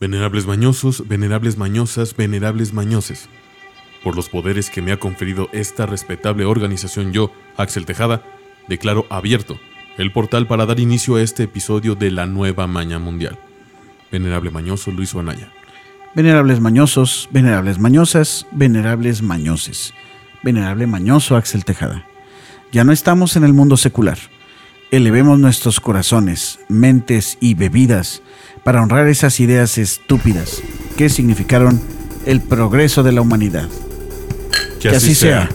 Venerables mañosos, venerables mañosas, venerables mañoses. Por los poderes que me ha conferido esta respetable organización, yo, Axel Tejada, declaro abierto el portal para dar inicio a este episodio de la nueva Maña Mundial. Venerable mañoso Luis Anaya. Venerables mañosos, venerables mañosas, venerables mañoses. Venerable mañoso Axel Tejada. Ya no estamos en el mundo secular. Elevemos nuestros corazones, mentes y bebidas para honrar esas ideas estúpidas que significaron el progreso de la humanidad. Que, así, sea.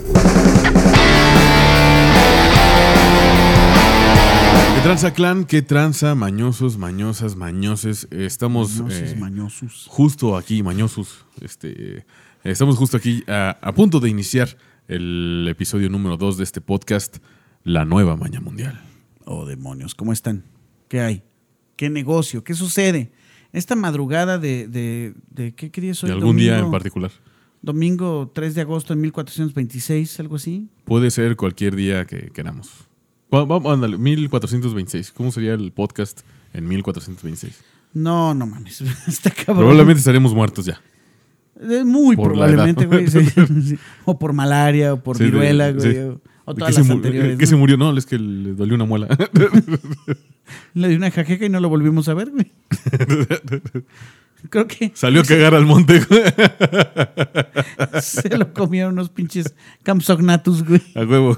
¿Qué tranza, clan? ¿Qué tranza? Mañosos, mañosas, mañoses. Eh, Estamos Mañosos, eh, mañosos. justo aquí, mañosos. Este, eh, estamos justo aquí a, a punto de iniciar el episodio número 2 de este podcast, La Nueva Maña Mundial. Oh, demonios, ¿cómo están? ¿Qué hay? ¿Qué negocio? ¿Qué sucede? Esta madrugada de, de, de- ¿qué, qué día es hoy? de algún día en Domingo- particular. Domingo 3 de agosto de 1426, algo así. Puede ser cualquier día que queramos. Va- va- ándale, 1426. ¿Cómo sería el podcast en 1426? Ah, No, no mames, está cabrón. Probablemente estaremos muertos ya. Eh, Muy Por la probablemente, edad. güey. sí, sí. O por malaria, o por Sí, de- viruela, güey. sí. O, o ¿De todas qué las se mu- eh, anteriores. ¿Qué se ¿no? murió? No, es que le dolió una muela. Le di una jaqueca y no lo volvimos a ver, güey. Creo que Salió a cagar al monte. se lo comieron unos pinches Campsognatus, güey. A huevo.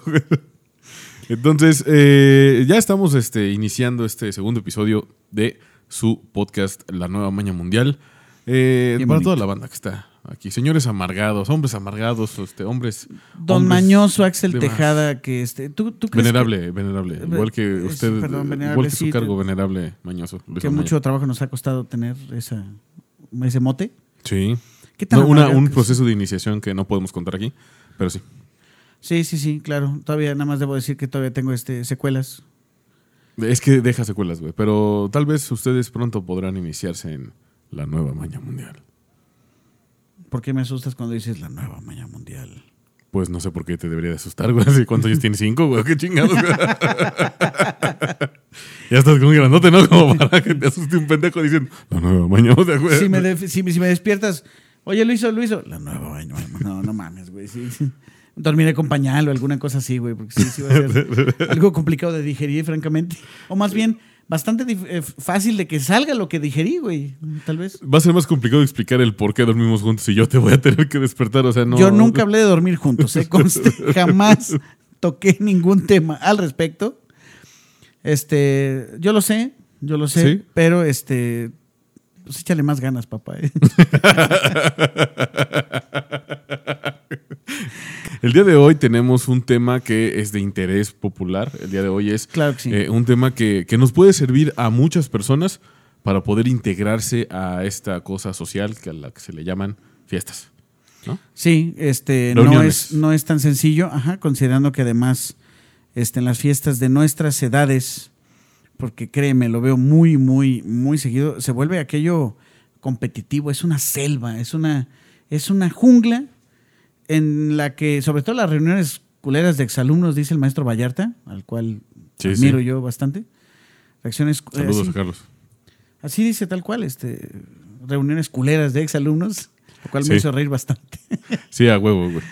Entonces, eh, ya estamos este, iniciando este segundo episodio de su podcast La Nueva Maña Mundial. Eh, Qué para bonito. toda la banda que está aquí. Señores amargados, hombres amargados, este, hombres... Don hombres Mañoso, Axel de más. Tejada, que este. ¿Tú, tú crees Venerable, venerable. Igual que Eh, usted, sí, perdón, eh, igual venerable, que su sí, cargo, venerable, mañoso. que, Luis que Anaya. mucho trabajo nos ha costado tener esa, ese mote? Sí. ¿Qué tan No, una- amargado un crees? proceso de iniciación que no podemos contar aquí, pero sí. Sí, sí, sí, claro. Todavía, nada más debo decir que todavía tengo este, secuelas. Es que deja secuelas, güey. Pero tal vez ustedes pronto podrán iniciarse en la nueva maña mundial. ¿Por qué me asustas cuando dices la nueva mañana mundial? Pues no sé por qué te debería de asustar, güey. Así, ¿Cuántos años tienes? ¿Cinco, güey? ¿Qué chingados, güey? ya estás como un grandote, ¿no? Como para que te asuste un pendejo diciendo la nueva maña mundial, güey. si, me def- si, me- si me despiertas, oye, lo hizo, lo hizo. La nueva, güey, no, no, no mames, güey. sí, sí. Dormiré con pañal o alguna cosa así, güey, porque sí, sí va a ser algo complicado de digerir, francamente. O más bien, bastante dif- eh, fácil de que salga lo que digerí, güey, tal vez. Va a ser más complicado explicar el por qué dormimos juntos y yo te voy a tener que despertar, o sea, no... Yo nunca hablé de dormir juntos, ¿eh? Conste, jamás toqué ningún tema al respecto. Este, yo lo sé, yo lo sé, ¿Sí? pero este, pues échale más ganas, papá. ¿eh? El día de hoy tenemos un tema que es de interés popular. El día de hoy es Claro que sí. eh, un tema que, que nos puede servir a muchas personas para poder integrarse a esta cosa social que a la que se le llaman fiestas. ¿no? Sí, este, no Reuniones. es, no es tan sencillo, ajá, considerando que además este, en las fiestas de nuestras edades, porque créeme, lo veo muy, muy, muy seguido, se vuelve aquello competitivo, es una selva, es una, es una jungla en la que, sobre todo las reuniones culeras de exalumnos, dice el maestro Vallarta, al cual Sí, admiro sí. yo bastante. Reacciones, eh, Saludos así- a Carlos. Así dice tal cual, este, reuniones culeras de exalumnos, lo cual Sí. me hizo reír bastante. Sí, a huevo, güey.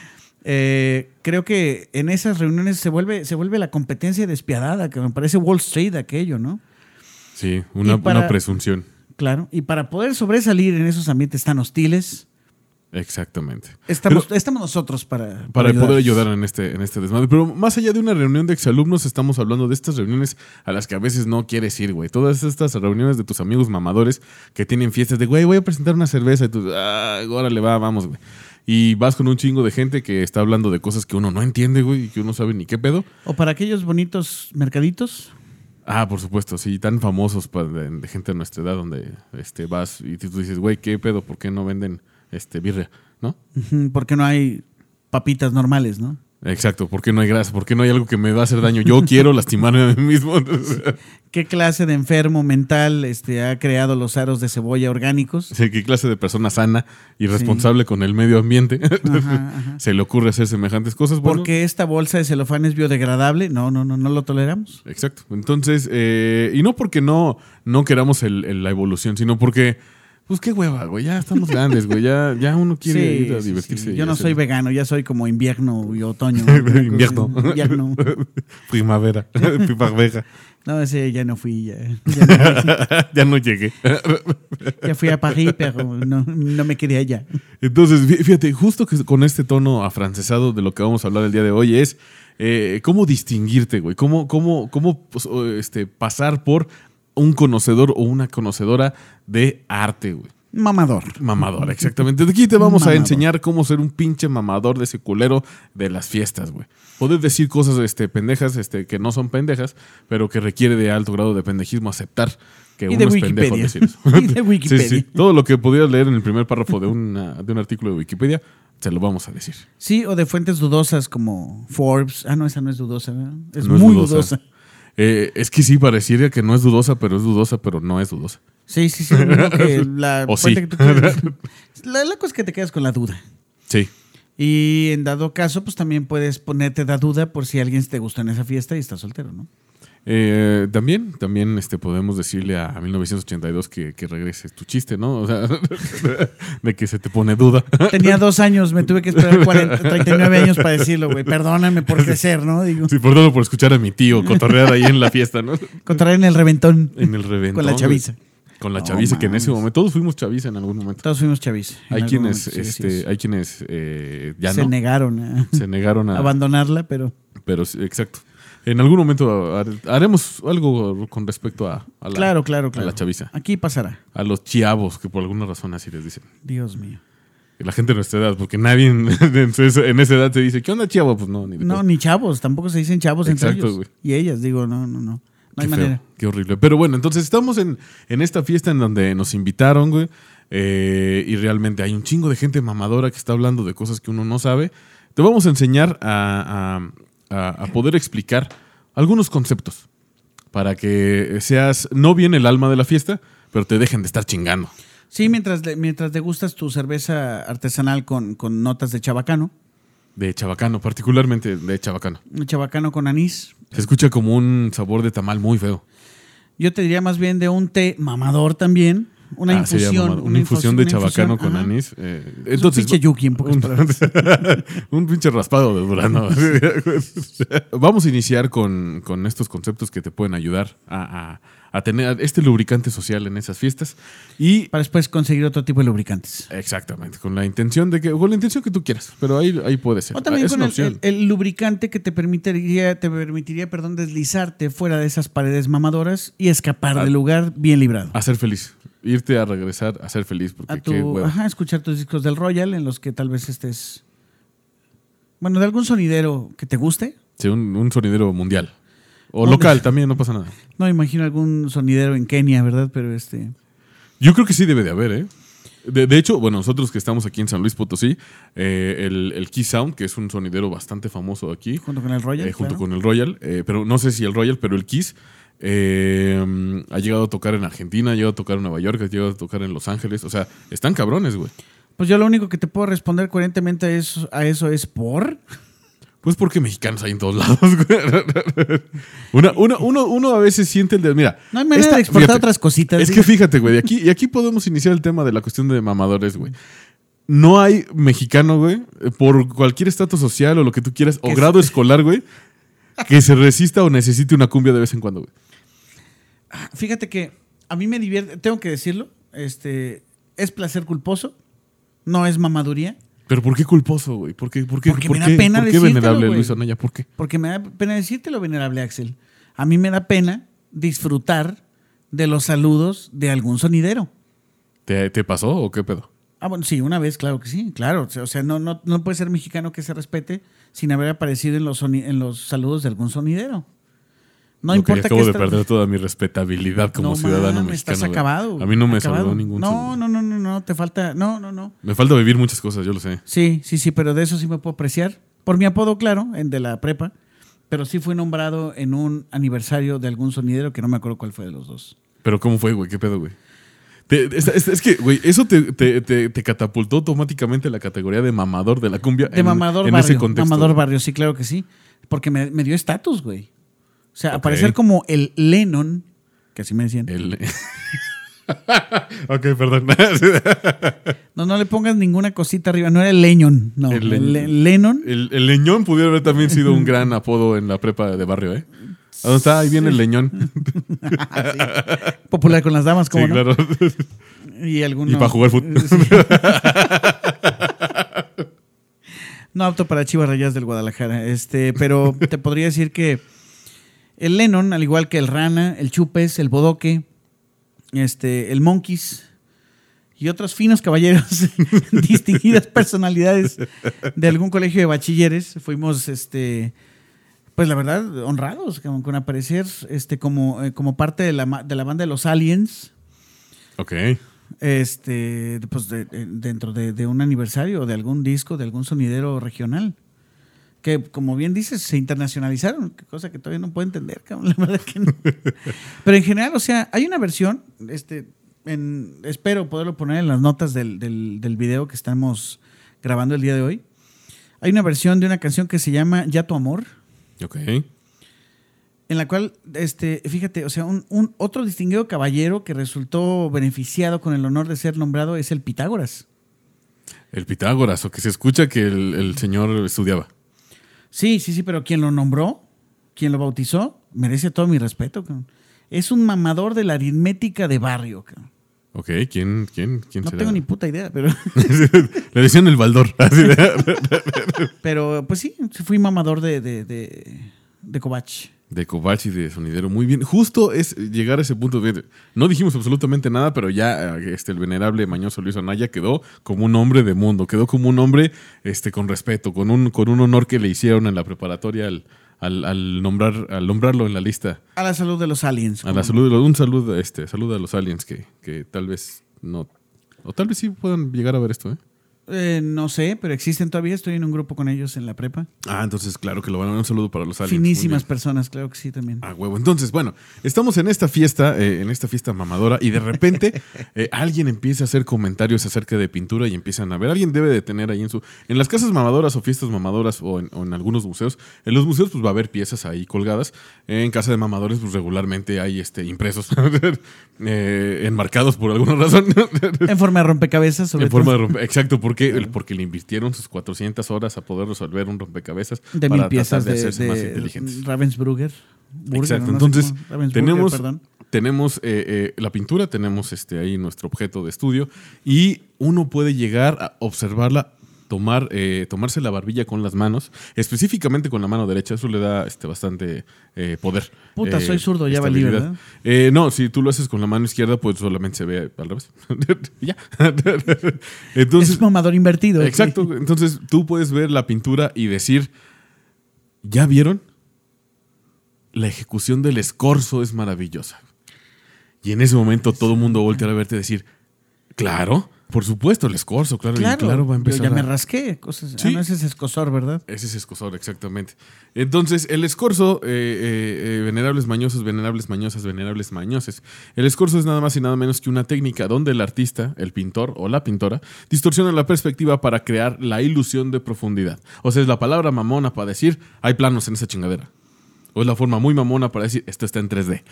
Eh, creo que en esas reuniones se vuelve, se vuelve la competencia despiadada, que me parece Wall Street aquello, ¿no? Sí, una, Y para- una presunción. Claro. Y para poder sobresalir en esos ambientes tan hostiles, Exactamente. estamos, Pero- estamos nosotros para, para poder ayudar en este, en este desmadre. Pero más allá de una reunión de exalumnos, estamos hablando de estas reuniones a las que a veces no quieres ir, güey. Todas estas reuniones de tus amigos mamadores que tienen fiestas de, güey, voy a presentar una cerveza. Y tú, ah, órale, va, vamos, güey. Y vas con un chingo de gente que está hablando de cosas que uno no entiende, güey, y que uno sabe ni qué pedo. O para aquellos bonitos mercaditos. Ah, por supuesto, sí, tan famosos pa- de, de gente de nuestra edad donde este, vas y tú dices, güey, qué pedo, ¿por qué no venden este, birria? ¿No? Ujú, Porque no hay papitas normales, ¿no? Exacto, ¿por qué no hay grasa? ¿Por qué no hay algo que me va a hacer daño? Yo quiero lastimarme a mí mismo. ¿Qué clase de enfermo mental este, ha creado los aros de cebolla orgánicos? Sí, ¿Qué clase de persona sana y responsable con el medio ambiente Ajá, ajá. se le ocurre hacer semejantes cosas? Bueno, ¿Por qué esta bolsa de celofán es biodegradable? No, no, no, no lo toleramos. Exacto. Entonces, eh, y no porque no, no queramos el- el- la evolución, sino porque Pues qué hueva, güey. Ya estamos grandes, güey. Ya, ya uno quiere Sí, ir a sí, divertirse. sí. y Yo no hacer- soy vegano, ya soy como invierno y otoño. Invierno. Invierno. Primavera. Primavera. No, ese ya no fui. Ya, ya no- ya no llegué. ya fui a París, pero no, no me quedé allá. Entonces, fí- fíjate, justo que con este tono afrancesado de lo que vamos a hablar el día de hoy es eh, cómo distinguirte, güey. Cómo, cómo, cómo pues, o, este, pasar por un conocedor o una conocedora de arte, güey. Mamador. Mamador, exactamente. De aquí te vamos a Mamador. enseñar cómo ser un pinche mamador de ese culero de las fiestas, güey. Poder decir cosas este, pendejas este, que no son pendejas, pero que requiere de alto grado de pendejismo aceptar que Y uno de es pendejo al Wikipedia. decir eso. Y de Wikipedia. Sí, sí. Todo lo que podías leer en el primer párrafo de, una- de un artículo de Wikipedia, se lo vamos a decir. Sí, o de fuentes dudosas como Forbes. Ah, no, esa no es dudosa. ¿verdad? Es No muy dudosa. Eh, es que sí, pareciera que no es dudosa, pero es dudosa, pero no es dudosa. Sí, sí, sí. no, que la, O fuente sí. que tú quieras. la, la cosa es que te quedas con la duda. Sí. Y en dado caso, pues también puedes ponerte la duda por si alguien te gustó en esa fiesta y estás soltero, ¿no? Eh, también, también este, podemos decirle a 1982 que, que regrese tu chiste, ¿no? O sea, de que se te pone duda. Tenía dos años, me tuve que esperar 40, 39 años para decirlo, güey. Perdóname por crecer, ¿no? Digo, Sí, perdón por escuchar a mi tío cotorrear ahí en la fiesta, ¿no? contraer en el reventón. En el reventón. Con la chaviza. güey. Con la No chaviza, que en ese mames. momento todos fuimos chaviza en algún momento. Todos fuimos chavis. en Hay algún quienes, momento, sí, así este, es. hay quienes eh, ya se no, Ah. negaron a se negaron a... abandonarla, pero Pero sí, exacto. En algún momento har- haremos algo con respecto a, a la, claro, claro, a claro. la chaviza. Aquí pasará. A los chiavos, que por alguna razón así les dicen. Dios mío. La gente de nuestra edad, porque nadie en, en su- en esa edad te dice, ¿qué onda, chavo? Pues no, ni de No, pedo. ni chavos, tampoco se dicen chavos entre Exacto, ellos. güey. Y ellas, digo, no, no, no. No hay Qué feo, manera. Qué horrible. Pero bueno, entonces estamos en, en esta fiesta en donde nos invitaron, güey. eh, y realmente hay un chingo de gente mamadora que está hablando de cosas que uno no sabe. Te vamos a enseñar a, a- a- a poder explicar algunos conceptos para que seas, no bien el alma de la fiesta, pero te dejen de estar chingando. Sí, mientras, le- mientras degustas tu cerveza artesanal con, con notas de chabacano, De chabacano, particularmente de chabacano. un chabacano con anís, Se escucha como un sabor de tamal muy feo. yo te diría más bien de un té mamador también, una Ah, sería infusión. mamada. Una, infusión de una chabacano infusión, con ajá. anís. eh, entonces, pinche yuki, en pocas un- palabras. un pinche raspado de durano. Vamos a iniciar con, con estos conceptos que te pueden ayudar a, a- a tener este lubricante social en esas fiestas. Y. Para después conseguir otro tipo de lubricantes. Exactamente, con la intención de que. Con la intención que tú quieras, pero ahí, ahí puede ser. O también Ah, es con una el, eh, opción. el- el lubricante que te permitiría, te permitiría perdón, deslizarte fuera de esas paredes mamadoras y escapar Ah. del lugar bien librado. A ser feliz. Irte a regresar a ser feliz. Porque a qué tu, hueva. ajá, escuchar tus discos del Royal en los que tal vez estés, bueno, de algún sonidero que te guste. Sí, un, un sonidero mundial. O ¿Dónde? local también, no pasa nada. No me imagino algún sonidero en Kenia, ¿verdad? Pero este, Yo creo que sí debe de haber, ¿eh? De, de hecho, bueno, nosotros que estamos aquí en San Luis Potosí, eh, el, el Key Sound, que es un sonidero bastante famoso aquí, junto con el Royal, eh, junto claro. con el Royal, eh, pero no sé si el Royal, pero el Kiss eh, mm, ha llegado a tocar en Argentina, ha llegado a tocar en Nueva York, ha llegado a tocar en Los Ángeles. O sea, están cabrones, güey. Pues yo lo único que te puedo responder coherentemente a eso, a eso es por. Pues porque mexicanos hay en todos lados, güey. Una- una- uno, uno a veces siente el de. Mira. No hay manera esta- de exportar fíjate, otras cositas. Es ¿sí? que fíjate, güey, de aquí, y aquí podemos iniciar el tema de la cuestión de mamadores, güey. No hay mexicano, güey, por cualquier estatus social o lo que tú quieras, o Que grado escolar, güey, que se resista o necesite una cumbia de vez en cuando, güey. Fíjate que a mí me divierte, tengo que decirlo, este, es placer culposo, no es mamaduría, Pero ¿por qué culposo, güey? ¿Por qué, por qué, Porque por me da qué, pena por qué decírtelo, venerable güey. Luis Anaya? ¿Por qué? porque me da pena decírtelo, venerable Axel. A mí me da pena disfrutar de los saludos de algún sonidero. ¿Te, te pasó o qué pedo? Ah, bueno, sí, una vez, claro que sí, claro. O sea, no, no, no puede ser mexicano que se respete sin haber aparecido en los, soni- en los saludos de algún sonidero. No Lo que importa ya acabo que de esta- perder toda mi respetabilidad como No, ciudadano mames, mexicano. Estás güey. acabado. A mí no me acabado. saludó ningún. No, saludo. no, no, no, no, te falta. No, no, no. Me falta vivir muchas cosas, yo lo sé. Sí, sí, sí, pero de eso sí me puedo apreciar. Por mi apodo, claro, el de la prepa. Pero sí fui nombrado en un aniversario de algún sonidero que no me acuerdo cuál fue de los dos. Pero ¿cómo fue, güey? ¿Qué pedo, güey? Te- es, es- es que, güey, eso te, te- te- te catapultó automáticamente a la categoría de mamador de la cumbia. De en- Mamador en Barrio. ese contexto. Mamador Barrio, sí, claro que sí. Porque me, me dio estatus, güey. O sea, Ok. aparecer como el Lennon, que así me decían. El- ok, perdón. No, no le pongas ninguna cosita arriba. No era Lennon. No, El Lennon. Le- Lennon. el, el leñón pudiera haber también sido un gran apodo en la prepa de barrio, ¿eh? ¿A dónde está? Ahí viene el leñón. ah, Popular con las damas, como Sí, claro. Y algunos. Eh, Y para jugar fútbol. Sí. no apto para Chivas Rayas del Guadalajara. Este, pero te podría decir que el Lennon, al igual que el Rana, el Chupes, el Bodoque, este, el Monkeys y otros finos caballeros, distinguidas personalidades de algún colegio de bachilleres, fuimos este pues la verdad honrados con, con aparecer este como, eh, como parte de la, ma- de la banda de los Aliens ok. este pues de- de- dentro de, de un aniversario de algún disco de algún sonidero regional que como bien dices se internacionalizaron cosa que todavía no puedo entender cabrón, la verdad que no. pero en general o sea hay una versión este en- espero poderlo poner en las notas del, del- del video que estamos grabando el día de hoy hay una versión de una canción que se llama ya tu amor Ok. en la cual, este, fíjate, o sea, un, un otro distinguido caballero que resultó beneficiado con el honor de ser nombrado es el Pitágoras. El Pitágoras, o que se escucha que el, el señor estudiaba. Sí, sí, sí, pero quien lo nombró, quien lo bautizó, merece todo mi respeto. cabrón. Es un mamador de la aritmética de barrio. cabrón. Ok, ¿quién, quién, quién No será? tengo ni puta idea, pero, Le decían el baldor. Así de, pero pues sí, sí fui mamador de, de, de, de Covach. de Kovach y de Sonidero. Muy bien. Justo es llegar a ese punto. Fíjate, No dijimos absolutamente nada, pero ya eh, este, el venerable mañoso Luis Anaya quedó como un hombre de mundo. Quedó como un hombre este, con respeto, con un, con un honor que le hicieron en la preparatoria al, al- al nombrar, al nombrarlo en la lista. A la salud de los aliens. A la cabrón. salud, un saludo, este, saludo a los aliens que, que tal vez no. O tal vez sí puedan llegar a ver esto, ¿eh? Eh, no sé, pero existen todavía. Estoy en un grupo con ellos en la prepa. Ah, entonces, claro que lo van a Un saludo para los aliens. Muy Finísimas bien. personas, claro que sí también. A huevo. Entonces, bueno, estamos en esta fiesta, eh, en esta fiesta mamadora, y de repente eh, alguien empieza a hacer comentarios acerca de pintura y empiezan a ver. Alguien debe de tener ahí en su. En las casas mamadoras o fiestas mamadoras o en, o en algunos museos, en los museos, pues va a haber piezas ahí colgadas. En casa de mamadores, pues regularmente hay este, impresos, eh, enmarcados por alguna razón. En forma de rompecabezas, sobre en forma todo. de rompe- Exacto, porque, porque le invirtieron sus 400 horas a poder resolver un rompecabezas de para mil piezas tratar de, de hacerse de más inteligentes. Ravensbrücker. Exacto, sé entonces, cómo- Ravensbrücker, tenemos- perdón. Tenemos eh, eh, la pintura, tenemos este, ahí nuestro objeto de estudio y uno puede llegar a observarla, tomar, eh, tomarse la barbilla con las manos, específicamente con la mano derecha, eso le da este, bastante eh, poder. Puta, eh, soy zurdo, ya valí, estabilidad. ¿verdad? Eh, no, si tú lo haces con la mano izquierda, pues solamente se ve al revés. Y ya. Entonces, es mamador invertido. Exacto. Entonces tú puedes ver la pintura y decir, ¿ya vieron? La ejecución del escorzo es maravillosa. Y en ese momento todo el mundo voltea a verte y decir, claro, por supuesto, el escorzo, claro, y Claro, claro va a yo empezar. ya me a- rasqué. Cosas. Sí. Ah, no, ese es escosor, ¿verdad? ese es escosor, exactamente. Entonces, el escorzo, eh, eh, eh, venerables mañosos, venerables mañosas, venerables mañoses. El escorzo es nada más y nada menos que una técnica donde el artista, el pintor o la pintora, distorsiona la perspectiva para crear la ilusión de profundidad. O sea, es la palabra mamona para decir, hay planos en esa chingadera. O es la forma muy mamona para decir, esto está en 3D.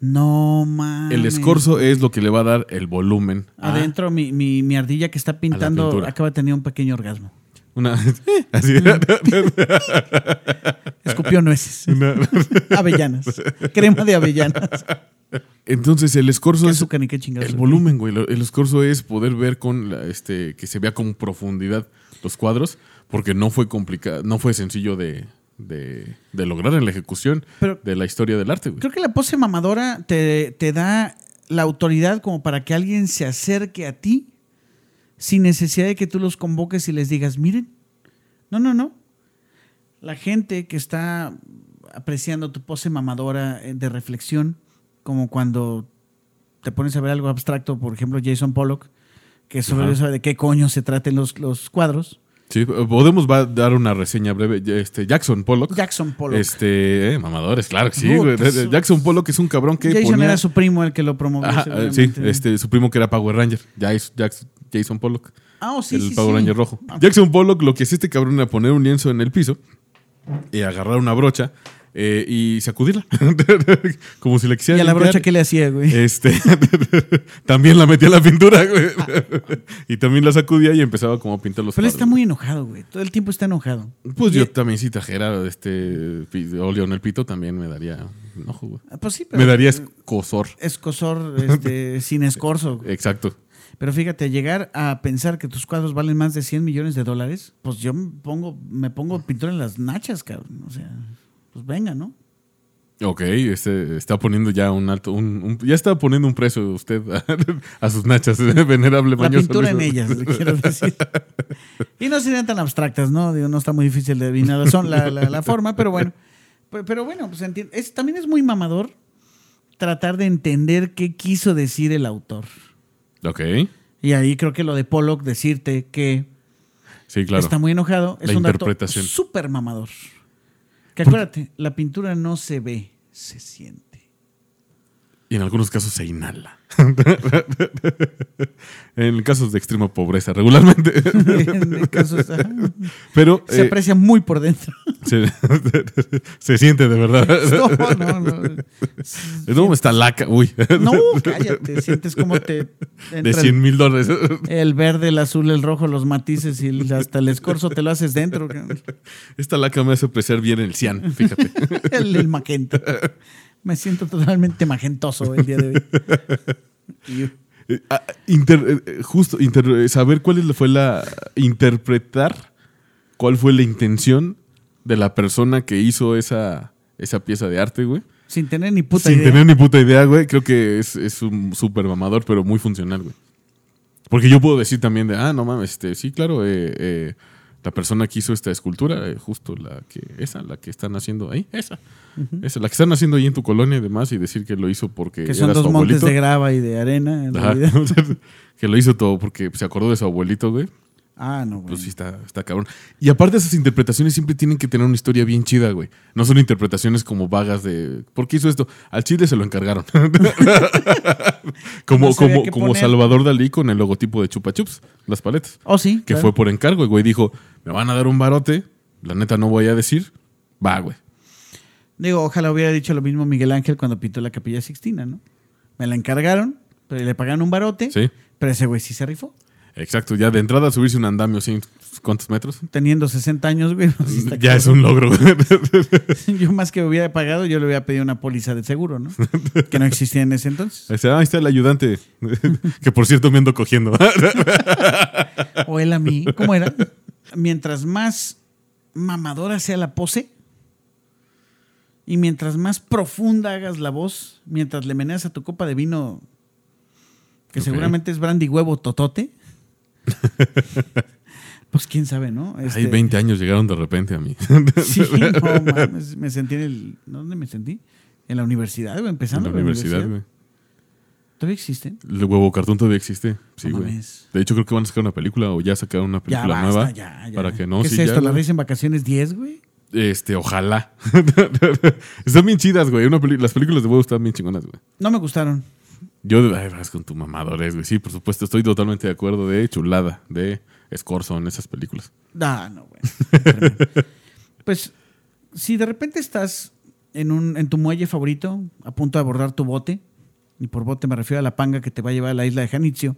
No mames. El escorzo es lo que le va a dar el volumen. a Adentro, mi, mi, mi ardilla que está pintando pintura. acaba de tener un pequeño orgasmo. Una, así, Escupió nueces. avellanas. Crema de avellanas. Entonces, el escorzo Qué es azúcar ni qué chingados. El volumen, güey. Lo- El escorzo es poder ver con la- este que se vea con profundidad los cuadros, porque no fue complicado, no fue sencillo de, de- de lograr en la ejecución Pero- de la historia del arte, güey. Creo que la pose mamadora te, te da la autoridad como para que alguien se acerque a ti sin necesidad de que tú los convoques y les digas, miren. No, no, no. La gente que está apreciando tu pose mamadora eh, de reflexión, como cuando te pones a ver algo abstracto, por ejemplo, Jason Pollock, que solo Ajá. Dios sabe de qué coño se traten los, los cuadros. Sí, podemos va- dar una reseña breve. Ya, Este, Jackson Pollock. Jackson Pollock. Este, eh, mamadores, claro que sí, No, güey. pues, Jackson Pollock es un cabrón que Jason ponía- era su primo el que lo promovió. Ajá, eh, sí, seguramente. este, su primo que era Power Ranger. Ya es Jackson- Jason Pollock. ah, oh, sí, el sí, Power sí. Ranger rojo. Ah, Jackson Pollock lo que hacía este cabrón era poner un lienzo en el piso y eh, agarrar una brocha eh, y sacudirla. Como si le quisiera. ¿Y a la limpiar. brocha qué le hacía, güey? Este, también la metía a la pintura, güey. y también la sacudía y empezaba como a pintar los Pero Pues él cuadros. está muy enojado, güey. Todo el tiempo está enojado. Pues y- yo también si tajera este pi- óleo en el pito también me daría enojo, güey. Ah, Pues sí, pero. Me daría escosor. Escosor, este, sin escorzo. güey. Exacto. Pero fíjate, llegar a pensar que tus cuadros valen más de 100 millones de dólares, pues yo me pongo, me pongo pintura en las nachas, cabrón. O sea, pues venga, ¿no? Ok, este está poniendo ya un alto, un, un- ya está poniendo un precio usted a, a sus nachas, eh, venerable La mañoso. pintura en ellas, le quiero decir. Y no serían tan abstractas, ¿no? Digo, no está muy difícil de adivinar la, son- la, la- la forma, pero bueno. Pe- Pero bueno, pues enti- es, también es muy mamador tratar de entender qué quiso decir el autor. Ok, Y ahí creo que lo de Pollock decirte que sí, claro. está muy enojado es La un dato interpretación. Pues súper mamador. Que acuérdate, la pintura no se ve, se siente. Y en algunos casos se inhala. en casos de extrema pobreza, regularmente. En casos, ajá, Pero se eh, aprecia muy por dentro. se, se siente de verdad. No, no, no. No, está laca, uy. No, cállate. Sientes como te De entra 100 mil dólares. el, el verde, el azul, el rojo, los matices y el- hasta el escorzo te lo haces dentro. cabrón. Esta laca me hace apreciar bien el cian, fíjate. El, el magenta. Me siento totalmente magentoso el día de hoy. Y yo, Eh, ah, inter- eh, eh, justo, inter- eh, saber cuál es la- fue la. interpretar cuál fue la intención de la persona que hizo esa, esa pieza de arte, güey. sin tener ni puta Sin idea. tener ni puta idea, güey. Creo que es, es un súper mamador, pero muy funcional, güey. Porque yo puedo decir también de, ah, no mames, este, sí, claro, eh, eh, la persona que hizo esta escultura, eh, justo la que, esa, la que están haciendo ahí, esa, esa, la que están haciendo ahí en tu colonia y demás, y decir que lo hizo porque que son era dos su montes abuelito. de grava y de arena. en Ajá. realidad. que lo hizo todo porque se acordó de su abuelito, güey. Ah, no, güey. Pues sí, está, está cabrón. Y aparte, esas interpretaciones siempre tienen que tener una historia bien chida, güey. No son interpretaciones como vagas de ¿por qué hizo esto? Al chile se lo encargaron. como No sabía como, qué como poner. Salvador Dalí con el logotipo de Chupa Chups, las paletas. Oh, sí. Que claro. fue por encargo, el güey. Dijo: Me van a dar un barote, la neta no voy a decir. Va, güey. Digo, ojalá hubiera dicho lo mismo Miguel Ángel cuando pintó la Capilla Sixtina, ¿no? Me la encargaron, pero le pagaron un barote. Sí. Pero ese güey sí se rifó. Exacto, ya de entrada subirse un andamio, ¿sí? ¿cuántos metros? Teniendo 60 años, güey. pues, está Ya es cabrón. un logro. güey. Yo más que hubiera pagado, yo le hubiera pedido una póliza de seguro, ¿no? que no existía en ese entonces. Ahí está, ahí está el ayudante. que por cierto me ando cogiendo. O él a mí. ¿Cómo era? Mientras más mamadora sea la pose y mientras más profunda hagas la voz, mientras le meneas a tu copa de vino, que Ok. seguramente es brandy huevo totote, pues quién sabe, ¿no? Ay, Este, 20 años llegaron de repente a mí. Sí, no mames, me sentí en el... ¿Dónde me sentí? En la universidad, güey, en empezando. la universidad, güey. ¿Todavía existen? El huevo cartón todavía existe. Sí, No güey. mames. De hecho, creo que van a sacar una película o ya sacaron una Ya película basta, nueva. ya, ya. Para que no, ¿Qué sí, es esto? ya, ¿La güey. risa en vacaciones 10, güey? Este, ojalá. están bien chidas, güey. Una peli- Las películas de huevo están bien chingonas, güey. No me gustaron. Yo, de- ay, vas con tu mamadores, güey. Sí, por supuesto, estoy totalmente de acuerdo de Chulada, de Scorso en esas películas. Ah, no, bueno. pues, si de repente estás en, un, en tu muelle favorito, a punto de abordar tu bote, y por bote me refiero a la panga que te va a llevar a la isla de Janitzio,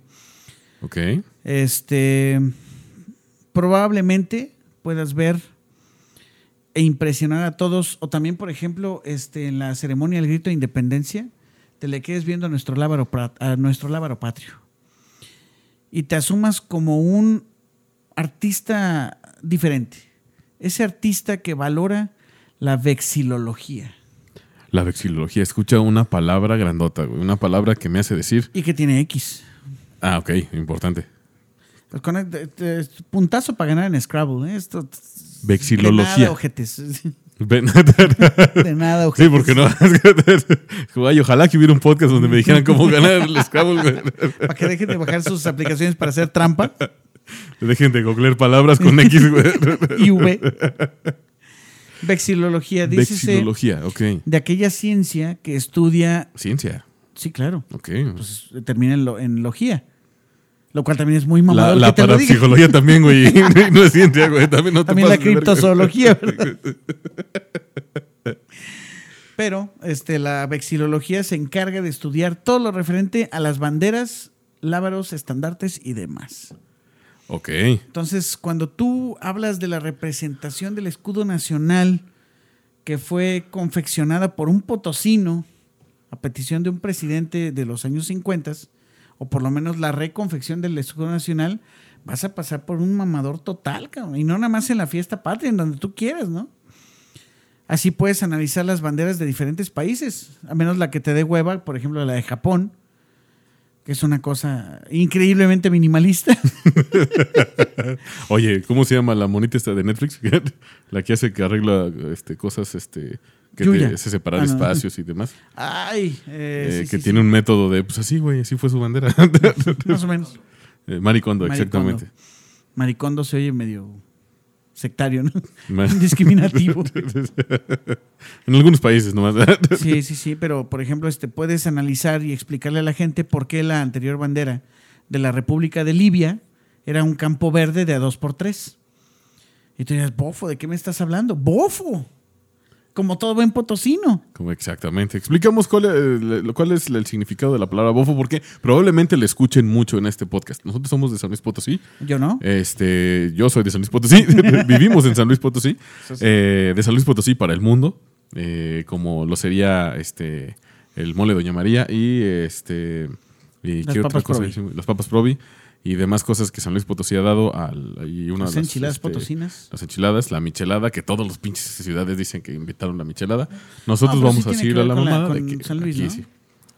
Ok. este, probablemente puedas ver e impresionar a todos, o también, por ejemplo, este, en la ceremonia del grito de independencia, te le quedes viendo a nuestro lábaro, pra- a nuestro lábaro patrio y te asumas como un artista diferente, ese artista que valora la vexilología La vexilología. Escucha una palabra grandota, güey. Una palabra que me hace decir, y que tiene X. ah, ok, importante. Pues con- eh, eh, puntazo para ganar en Scrabble. ¿eh? Esto, De nada, Vexilología. ojetes. Ven- De nada, ojetes. Sí, porque no. Ay, ojalá que hubiera un podcast donde me dijeran cómo ganar el Scrabble. güey. Para que dejen de bajar sus aplicaciones para hacer trampa. Dejen de googlear palabras con X, güey. Y V. Vexilología, dícese Vexilología, ok. de aquella ciencia que estudia. Ciencia, Sí, claro. ok. Pues termina en, lo- en logía. Lo cual también es muy la mamador la que te lo diga. parapsicología también, güey. No es ciencia, güey. También no te También la pases de verga. criptozoología, ¿verdad? Pero este, la vexilología se encarga de estudiar todo lo referente a las banderas, lábaros, estandartes y demás. Ok. Entonces, cuando tú hablas de la representación del escudo nacional que fue confeccionada por un potosino a petición de un presidente de los años 50, o por lo menos la reconfección del escudo nacional, vas a pasar por un mamador total, cabrón. Y no nada más en la fiesta patria, en donde tú quieras, ¿no? Así puedes analizar las banderas de diferentes países, a menos la que te dé hueva, por ejemplo, la de Japón, que es una cosa increíblemente minimalista. Oye, ¿cómo se llama la monita esta de Netflix? la que hace que arregla este, cosas este, que Yuya. te- se separar Ah, no. espacios y demás. Ay, eh, Eh, sí, que sí, tiene sí, un método de, pues así, güey, así fue su bandera. más o menos. Eh, Maricondo, Maricondo. exactamente. Maricondo se oye medio sectario, ¿no? Ma- Discriminativo. en algunos países nomás. Sí, sí, sí, pero por ejemplo, este, puedes analizar y explicarle a la gente por qué la anterior bandera de la República de Libia era un campo verde de a dos por tres. Y tú dices, bofo, ¿de qué me estás hablando? ¡Bofo! Como todo buen potosino. Como exactamente. Explicamos cuál es, le- cuál es el significado de la palabra bofo, porque probablemente le escuchen mucho en este podcast. Nosotros somos de San Luis Potosí. Yo no. Este, yo soy de San Luis Potosí, vivimos en San Luis Potosí, Eh, de San Luis Potosí para el mundo, eh, como lo sería este el mole Doña María y este y Las ¿qué otra papas cosa Provi. hicimos? las papas Provi y demás cosas que San Luis Potosí ha dado al y una de las, Las Pues enchiladas este, potosinas. las enchiladas, la michelada, que todos los pinches ciudades dicen que invitaron la michelada. Nosotros Ah, pero vamos sí a tiene que seguir a ver la con la- mamada con de que San Luis, aquí ¿no? sí.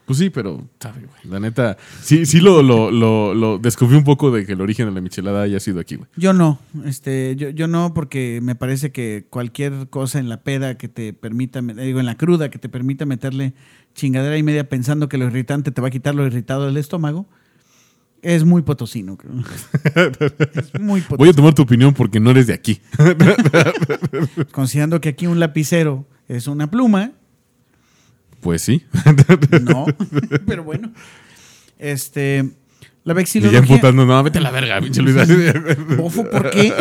Pues sí, pero sabe, güey. La neta, sí, sí lo, lo, lo, lo descubrí un poco de que el origen de la michelada haya sido aquí, güey. Yo no, este, yo, yo no, porque me parece que cualquier cosa en la peda que te permita, me- digo, en la cruda que te permita meterle chingadera y media pensando que lo irritante te va a quitar lo irritado del estómago, es muy potosino. creo. Pues es Voy muy a potosino. tomar tu opinión porque no eres de aquí. Considerando que aquí un lapicero es una pluma, Pues sí. no, pero bueno. Este, la Y ya vexilología. emputando, no, vete a la verga, pinche Luis. Bofo, ¿por qué?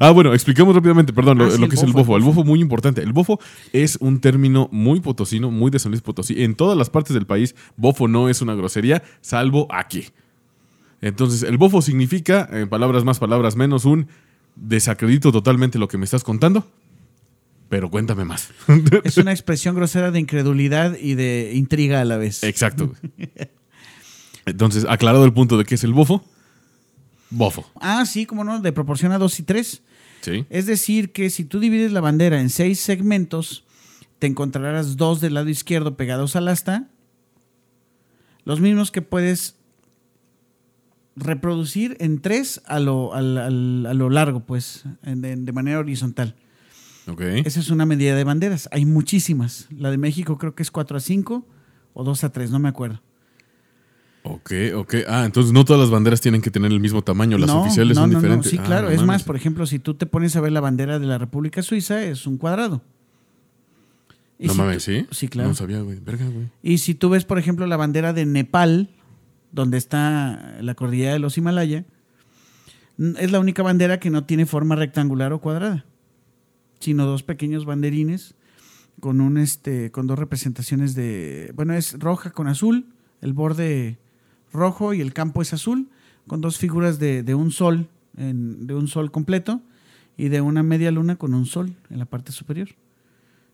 Ah, bueno, explicamos rápidamente, perdón, Ah, lo, sí, lo el que es el bofo, el bofo. El bofo muy importante. El bofo es un término muy potosino, muy de San Luis Potosí. En todas las partes del país, bofo no es una grosería, salvo aquí. Entonces, el bofo significa, en palabras más, palabras menos, un desacredito totalmente lo que me estás contando, pero cuéntame más. Es una expresión grosera de incredulidad y de intriga a la vez. Exacto. güey. Entonces, aclarado el punto de qué es el bofo, bofo. Ah, sí, como no, de proporción a 2 y 3. Sí. Es decir, que si tú divides la bandera en seis segmentos, te encontrarás dos del lado izquierdo pegados al asta, los mismos que puedes reproducir en tres a lo, al- al- a lo largo, pues, en- en- de manera horizontal. Ok. Esa es una medida de banderas. Hay muchísimas. La de México creo que es 4 a 5 o 2 a 3, no me acuerdo. Ok, ok. Ah, entonces no todas las banderas tienen que tener el mismo tamaño. Las No, oficiales no, son no, no. diferentes. Sí, Ah, claro. no es más, mames. por ejemplo, si tú te pones a ver la bandera de la República Suiza, es un cuadrado. Y No si mames, tú- ¿sí? Sí, claro. No sabía, güey. Verga, güey. Y si tú ves, por ejemplo, la bandera de Nepal, donde está la cordillera de los Himalaya, n- es la única bandera que no tiene forma rectangular o cuadrada, sino dos pequeños banderines con un este con dos representaciones de, bueno, es roja con azul, el borde rojo y el campo es azul, con dos figuras de, de un sol, en- de un sol completo y de una media luna con un sol en la parte superior.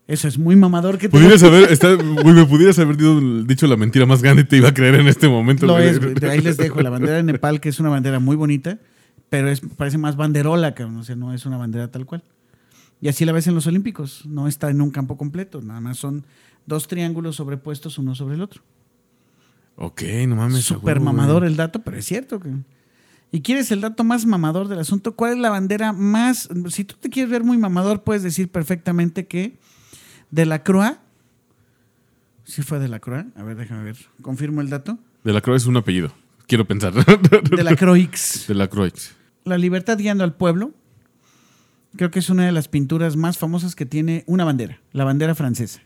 Eso es muy mamador que te Pudieras haber, está- güey, me pudieras haber dicho, dicho la mentira más grande y te iba a creer en este momento. Lo güey. es, güey. De ahí les dejo la bandera de Nepal, que es una bandera muy bonita, pero es, parece más banderola, cabrón. O sea, no es una bandera tal cual. Y así la ves en los Olímpicos. No está en un campo completo, nada más son dos triángulos sobrepuestos uno sobre el otro. Ok, no mames. a Súper huevo, Ah, güey. mamador el dato, pero es cierto. Que... ¿Y quieres el dato más mamador del asunto? ¿Cuál es la bandera más.? Si tú te quieres ver muy mamador, puedes decir perfectamente que de la Croa. Sí fue de la Croa. A ver, déjame ver. Confirmo el dato. De la Croix es un apellido. Quiero pensar. De la Croix. De la Croix. La libertad guiando al pueblo. Creo que es una de las pinturas más famosas que tiene una bandera, la bandera francesa.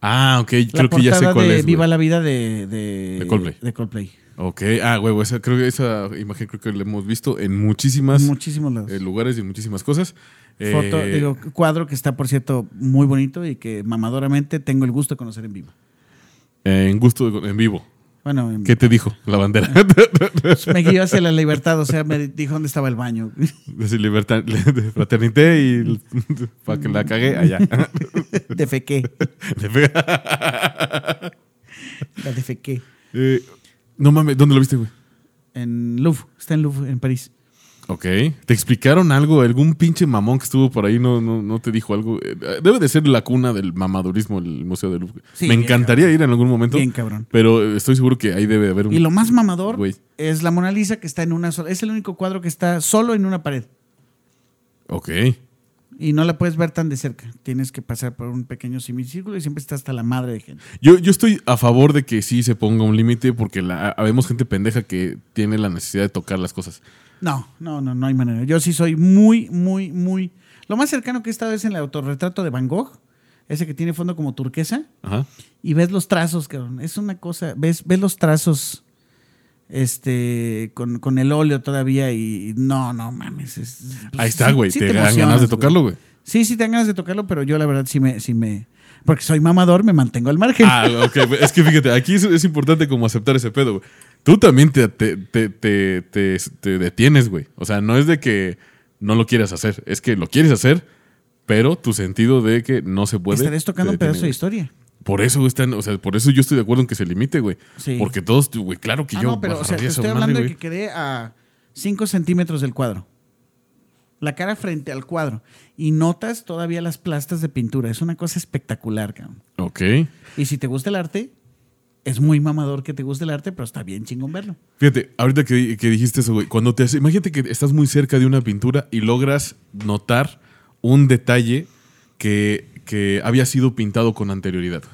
Ah, ok. La Creo que ya sé portada cuál de es. güey. Viva la vida de, de, De Coldplay. de Coldplay. Ok. Ah, güey, güey, esa, creo que esa imagen creo que la hemos visto en muchísimas En muchísimos lados. eh, lugares y en muchísimas cosas. Foto, Eh, digo, cuadro que está, por cierto, muy bonito y que mamadoramente tengo el gusto de conocer en vivo. En gusto de- en vivo. Bueno, en- ¿Qué te dijo la bandera? me guió hacia la libertad, o sea, me dijo dónde estaba el baño. de libertad, de fraternité y para que la cagué allá. defequé, Le pega. la defequé. Eh, no mames, ¿dónde lo viste, güey? En Louvre, está en Louvre, en París. Ok. ¿Te explicaron algo? ¿Algún pinche mamón que estuvo por ahí no, no, no te dijo algo? Eh, Debe de ser la cuna del mamadurismo, el Museo del Louvre. Sí, Me bien encantaría ir en algún momento, Bien cabrón. pero eh, estoy seguro que ahí debe de haber un... Y lo más mamador Güey. es la Mona Lisa que está en una sola. Es el único cuadro que está solo en una pared. Ok. Y no la puedes ver tan de cerca. Tienes que pasar por un pequeño semicírculo y siempre está hasta la madre de gente. Yo, yo estoy a favor de que sí se ponga un límite porque la, habemos gente pendeja que tiene la necesidad de tocar las cosas. No, no, no, no hay manera. Yo sí soy muy, muy, muy. Lo más cercano que he estado es en el autorretrato de Van Gogh, ese que tiene fondo como turquesa, Ajá. y ves los trazos, cabrón. Es una cosa, ves, ves los trazos este, con, con el óleo todavía y y no, no mames. es- pues, Ahí está, sí- güey. sí te, dan emocionas, ganas de güey. tocarlo, güey. Sí, sí, te dan ganas de tocarlo, pero yo la verdad sí me, sí me. Porque soy mamador, me mantengo al margen. Ah, ok. Es que fíjate, aquí es, es importante como aceptar ese pedo, güey. Tú también te, te, te, te, te- te detienes, güey. O sea, no es de que no lo quieras hacer. Es que lo quieres hacer, pero tu sentido de que no se puede. Estarás tocando te un pedazo de detiene, historia. güey. Por eso, güey, están, o sea, por eso yo estoy de acuerdo en que se limite, güey. Sí. Porque todos, güey, claro que Ah, yo. no, pero o sea, agarraría te esa estoy madre, hablando de güey. que quedé a 5 centímetros del cuadro. La cara frente al cuadro. Y notas todavía las plastas de pintura. Es una cosa espectacular, cabrón. Ok. Y si te gusta el arte, es muy mamador que te guste el arte, pero está bien chingón verlo. Fíjate, ahorita que, que dijiste eso, güey, cuando te hace, imagínate que estás muy cerca de una pintura y logras notar un detalle que, que había sido pintado con anterioridad.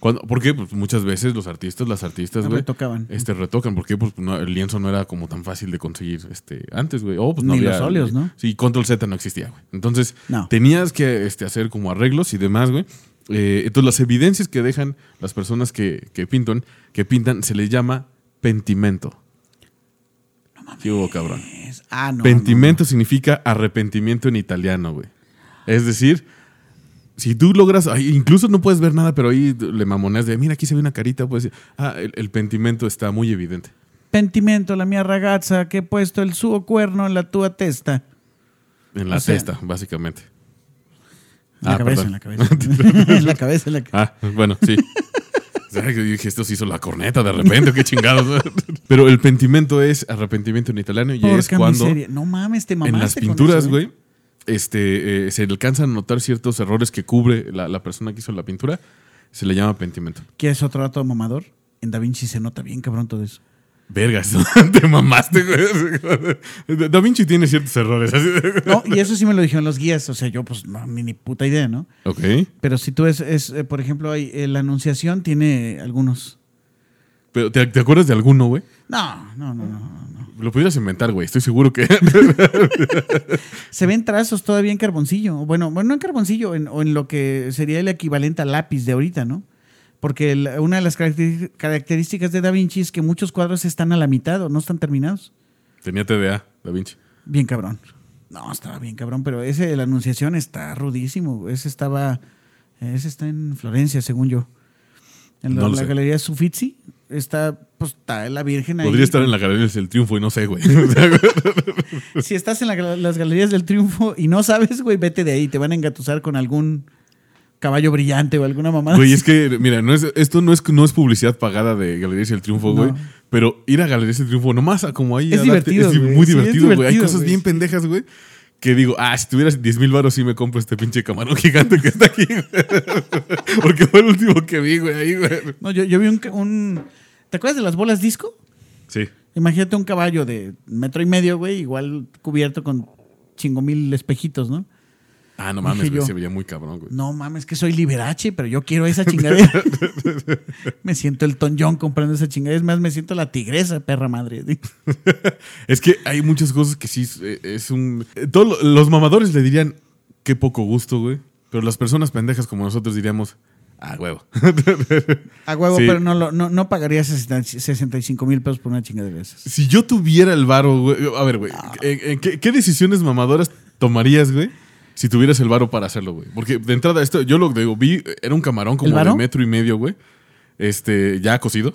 Cuando, porque pues, muchas veces los artistas, las artistas, güey, Retocaban. este, retocan, porque pues, no, el lienzo no era como tan fácil de conseguir este, antes, güey. O, pues, no Ni había- los óleos, ¿no? Sí, Control Z no existía, güey. Entonces, No. tenías que este, hacer como arreglos y demás, güey. Eh, entonces, las evidencias que dejan las personas que, que pintan, que pintan, se les llama pentimento. Sí hubo, cabrón. Es- ah, no. pentimento significa arrepentimiento en italiano, güey. Es decir, si tú logras, ay, incluso no puedes ver nada, pero ahí le mamoneas de, mira, aquí se ve una carita, puedes decir, ah, el- el pentimento está muy evidente. no. Pentimento, la mía ragazza, que he puesto el suo cuerno en la tua testa. En la O sea- testa, básicamente. En la Ah, cabeza, perdón. en la cabeza. en la cabeza, en la cabeza. Ah, bueno, sí. O sea, que dije, esto se hizo la corneta de repente, qué chingados. Pero el pentimento es arrepentimiento en italiano y es Porca cuando miseria. No mames, te mamaste. en las con pinturas, eso, ¿eh? güey, este, eh, se alcanzan a notar ciertos errores que cubre la, la persona que hizo la pintura. Se le llama pentimento. ¿Quieres otro dato mamador? En Da Vinci se nota bien cabrón todo eso. Vergas, te mamaste, güey. Da Vinci tiene ciertos errores. así. No, y eso sí me lo dijeron los guías. O sea, yo pues no, ni, ni puta idea, ¿no? Ok. Pero si tú es, es eh, por ejemplo, hay, eh, la anunciación tiene algunos. Pero, ¿te, te acuerdas de alguno, güey? No, no, no, no, no. Lo pudieras inventar, güey. Estoy seguro que. Se ven trazos todavía en carboncillo. O Bueno, bueno, no en carboncillo, en- o en lo que sería el equivalente al lápiz de ahorita, ¿no? Porque el- una de las caracteri- características de Da Vinci es que muchos cuadros están a la mitad o no están terminados. Tenía TDA, Da Vinci. Bien cabrón. No, estaba bien cabrón, pero ese de la Anunciación está rudísimo. güey. Ese estaba. Ese está en Florencia, según yo. En la, No lo la sé. galería Suffizi está, pues, está la Virgen ahí. Podría estar en la galería del triunfo y no sé, güey. O sea, güey. Si estás en la gal- las galerías del triunfo y no sabes, güey, vete de ahí. Te van a engatusar con algún caballo brillante o alguna mamada. Güey, es que, mira, no es, esto no es, no es publicidad pagada de Galerías del Triunfo, güey. No. Pero ir a Galerías del Triunfo, nomás a como ahí. Es a darte- divertido, es güey. muy Sí, es divertido, güey. Hay divertido, cosas güey. bien pendejas, güey. Que digo, ah, si tuvieras 10 mil baros, sí me compro este pinche camarón gigante que está aquí. güey. Porque fue el último que vi, güey, ahí, güey. No, yo, yo vi un, ca- un. ¿Te acuerdas de las bolas disco? Sí. Imagínate un caballo de metro y medio, güey, igual cubierto con chingo mil espejitos, ¿no? Ah, no Dije mames, güey. yo. Se veía muy cabrón, güey. No mames, que soy liberache, pero yo quiero esa chingadera. me siento el Ton John comprando esa chingadera. Es más, me siento la tigresa, perra madre. Es que hay muchas cosas que sí es, eh, es un... eh, Todos lo- los mamadores le dirían, qué poco gusto, güey. Pero las personas pendejas como nosotros diríamos, ah, huevo. A huevo, Sí. pero no, lo- no, no pagaría 60 65 mil pesos por una chingadera de esas. Si yo tuviera el varo, güey... A ver, güey. ¿en- en qué, qué decisiones mamadoras tomarías, güey? Si tuvieras el varo para hacerlo, güey. Porque de entrada, esto, yo lo digo, vi, era un camarón como de varo? metro y medio, güey. Este, ya cocido.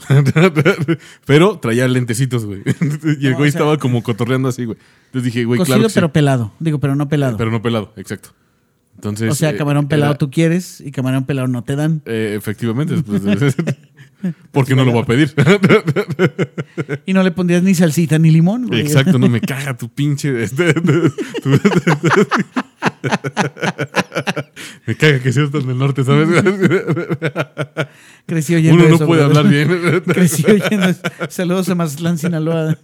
pero traía lentecitos, güey. y el güey No, o sea- estaba como cotorreando así, güey. Entonces dije, güey, Cocido claro. que sí. pero pelado. Digo, pero no pelado. Pero no pelado, exacto. Entonces. o sea, eh, camarón pelado era- tú quieres y camarón pelado no te dan. eh, efectivamente. pues, porque no lo voy a pedir. Y no le pondrías ni salsita ni limón. güey. Exacto, no me caga tu pinche. este, tu- me caga que seas tan del norte, ¿sabes? Crecí oyendo Uno no eso, puede güey. hablar bien. Crecí oyendo eso. Saludos a Mazatlán, Sinaloa.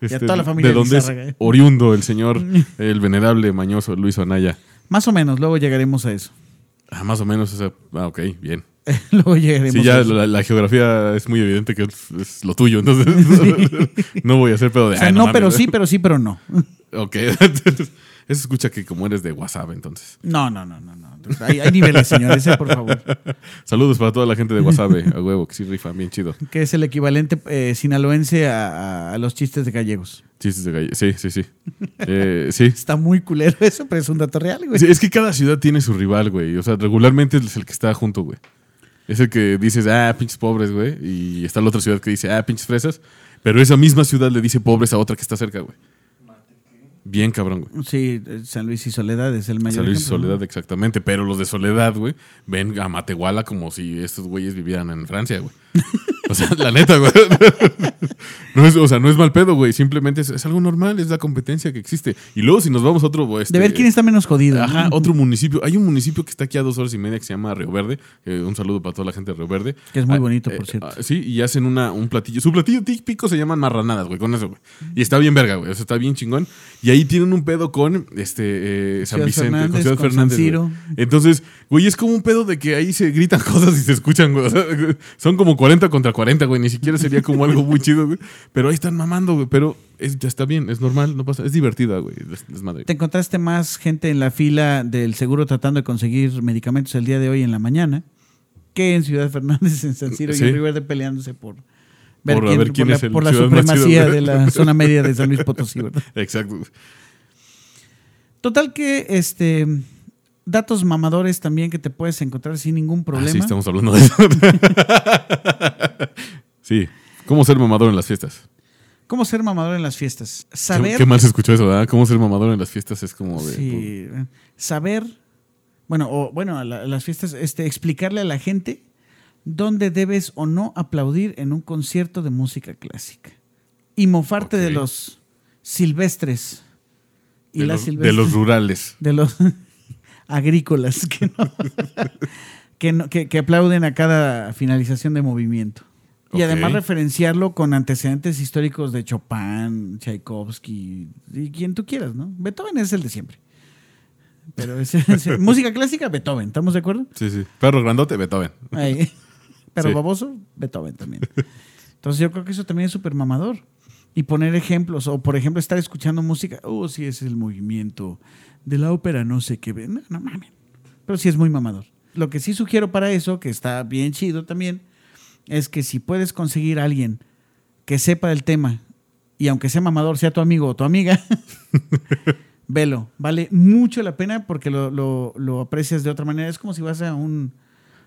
Este, toda la familia De donde es Lizárraga, eh. oriundo el señor, el venerable mañoso Luis Anaya. Más o menos, luego llegaremos a eso. Ah, más o menos, o sea, ah, ok, bien. luego llegaremos Sí, ya a eso. la, la geografía es muy evidente que es, es lo tuyo, entonces no voy a hacer pedo de... O sea, "Ay, Ah, no, mames". pero sí, pero sí, pero no. Ok, eso escucha que como eres de WhatsApp, entonces. No, no, no, no. no. Hay, hay niveles, señores, eh, por favor. Saludos para toda la gente de WhatsApp, eh, a huevo, que sí rifan, bien chido. Que es el equivalente eh, sinaloense a, a- a los chistes de gallegos. Chistes de galle- Sí, sí, sí. Eh, sí. Está muy culero eso, pero es un dato real, güey. Sí, Es que cada ciudad tiene su rival, güey. O sea, regularmente es el que está junto, güey. Es el que dices, ah, pinches pobres, güey. Y está la otra ciudad que dice, ah, pinches fresas. Pero esa misma ciudad le dice pobres a otra que está cerca, güey. Bien cabrón, güey. Sí, eh, San Luis y Soledad es el mayor. San Luis y ejemplo, ¿no? Soledad, exactamente. Pero los de Soledad, güey, ven a Matehuala como si estos güeyes vivieran en Francia, güey. O sea, la neta, güey. No es, o sea, no es mal pedo, güey. Simplemente es, es algo normal, es la competencia que existe. Y luego, si nos vamos a otro. Este, De ver quién está menos jodido. Ajá, ¿no? otro municipio. Hay un municipio que está aquí a dos horas y media que se llama Río Verde. Eh, un saludo para toda la gente de Río Verde. Que es muy Ah, bonito, eh, por cierto. ah, sí, y hacen una, un platillo. Su platillo típico se llaman marranadas, güey, con eso, güey. Y está bien verga, güey. O sea, está bien chingón. Y ahí tienen un pedo con este eh, San Ciudad Vicente, con Fernández, Ciudad con San Fernández. güey. Ciro. Entonces, güey, es como un pedo de que ahí se gritan cosas y se escuchan, güey. O sea, son como 40 contra 40, güey. Ni siquiera sería como algo muy chido, güey. Pero ahí están mamando, güey. Pero es- ya está bien, es normal, no pasa. Es divertida, güey. Es, es madre. ¿Te encontraste más gente en la fila del seguro tratando de conseguir medicamentos el día de hoy en la mañana que en Ciudad Fernández, en San Ciro Sí. y en Río Verde peleándose por, Por a ver quién la, es el por la ciudad más chido, supremacía ¿verdad? de la zona media de San Luis Potosí? ¿verdad? Exacto. Total que este datos mamadores también que te puedes encontrar sin ningún problema. Ah, sí, estamos hablando de eso. sí. ¿Cómo ser mamador en las fiestas? ¿Cómo ser mamador en las fiestas? ¿Qué, Saber qué mal se escuchó eso, ¿verdad? ¿Cómo ser mamador en las fiestas? Es como de. Sí, pues. eh, saber, bueno, o bueno, a la- a las fiestas, este, explicarle a la gente dónde debes o no aplaudir en un concierto de música clásica. Y mofarte de Ok. los silvestres y de las los, de silvestres. los rurales. De los agrícolas que no, que, no- que- que aplauden a cada finalización de movimiento. Y Ok. además referenciarlo con antecedentes históricos de Chopin, Tchaikovsky y quien tú quieras, ¿no? Beethoven es el de siempre. Pero es, es- música clásica, Beethoven, ¿estamos de acuerdo? Sí, sí. Perro grandote, Beethoven. Ahí. Pero Sí. baboso, Beethoven también. Entonces yo creo que eso también es súper mamador. Y poner ejemplos, o por ejemplo estar escuchando música, oh, sí, es el movimiento de la ópera, no sé qué, no, no mames. Pero sí es muy mamador. Lo que sí sugiero para eso, que está bien chido también, es que si puedes conseguir a alguien que sepa del tema, y aunque sea mamador, sea tu amigo o tu amiga, velo. Vale mucho la pena porque lo, lo- lo aprecias de otra manera. Es como si vas a un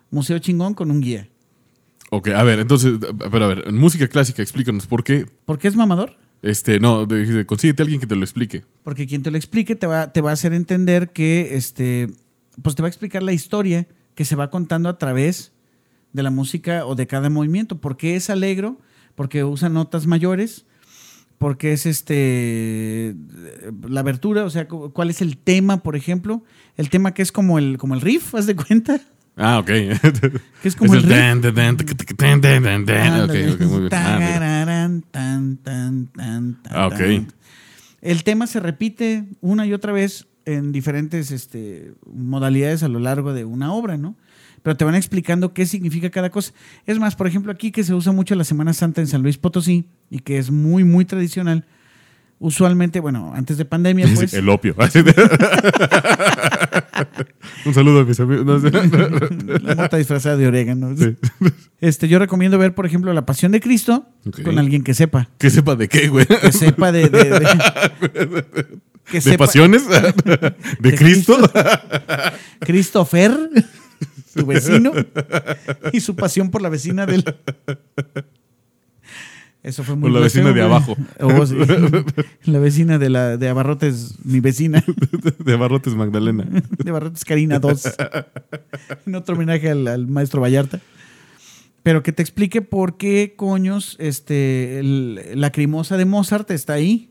museo chingón con un guía. Ok, a ver, entonces, pero a ver, en música clásica, explícanos por qué. ¿Por qué es mamador? Este, no, de- de- consíguete a alguien que te lo explique. Porque quien te lo explique te va, te va a hacer entender que, este, pues te va a explicar la historia que se va contando a través de la música o de cada movimiento. ¿Por qué es alegro? Porque usa notas mayores. Porque es este la abertura, o sea, cu- cuál es el tema, por ejemplo, el tema que es como el como el riff, haz de cuenta, Ah, ok. que es como Es el, riff. tan, tan, tan, tac, tac, tan, tan, tan, tan. Ok, Ándale. ok, muy bien. Ah, mira. Tararán, tan, tan, tan, tan, Ah, ok. tan. El tema se repite una y otra vez en diferentes este, modalidades a lo largo de una obra, ¿no? Pero te van explicando qué significa cada cosa. Es más, por ejemplo, aquí que se usa mucho la Semana Santa en San Luis Potosí y que es muy, muy tradicional. Usualmente, bueno, antes de pandemia, pues. El opio. Un saludo a mis amigos. No sé. la mota disfrazada de orégano. Sí. Este, yo recomiendo ver, por ejemplo, La Pasión de Cristo Ok. con alguien que sepa. Que sepa de qué, güey. que sepa de, de- de- Que ¿De sepa- pasiones? ¿De Cristo? Christopher, tu vecino, y su pasión por la vecina del. Eso fue muy Por la grosero, vecina de güey. abajo. O vos, la vecina de la de Abarrotes, mi vecina, De Barrotes Magdalena. de Abarrotes Karina 2. En otro homenaje al, al maestro Vallarta. Pero que te explique por qué, coños, este, el- la crimosa de Mozart está ahí.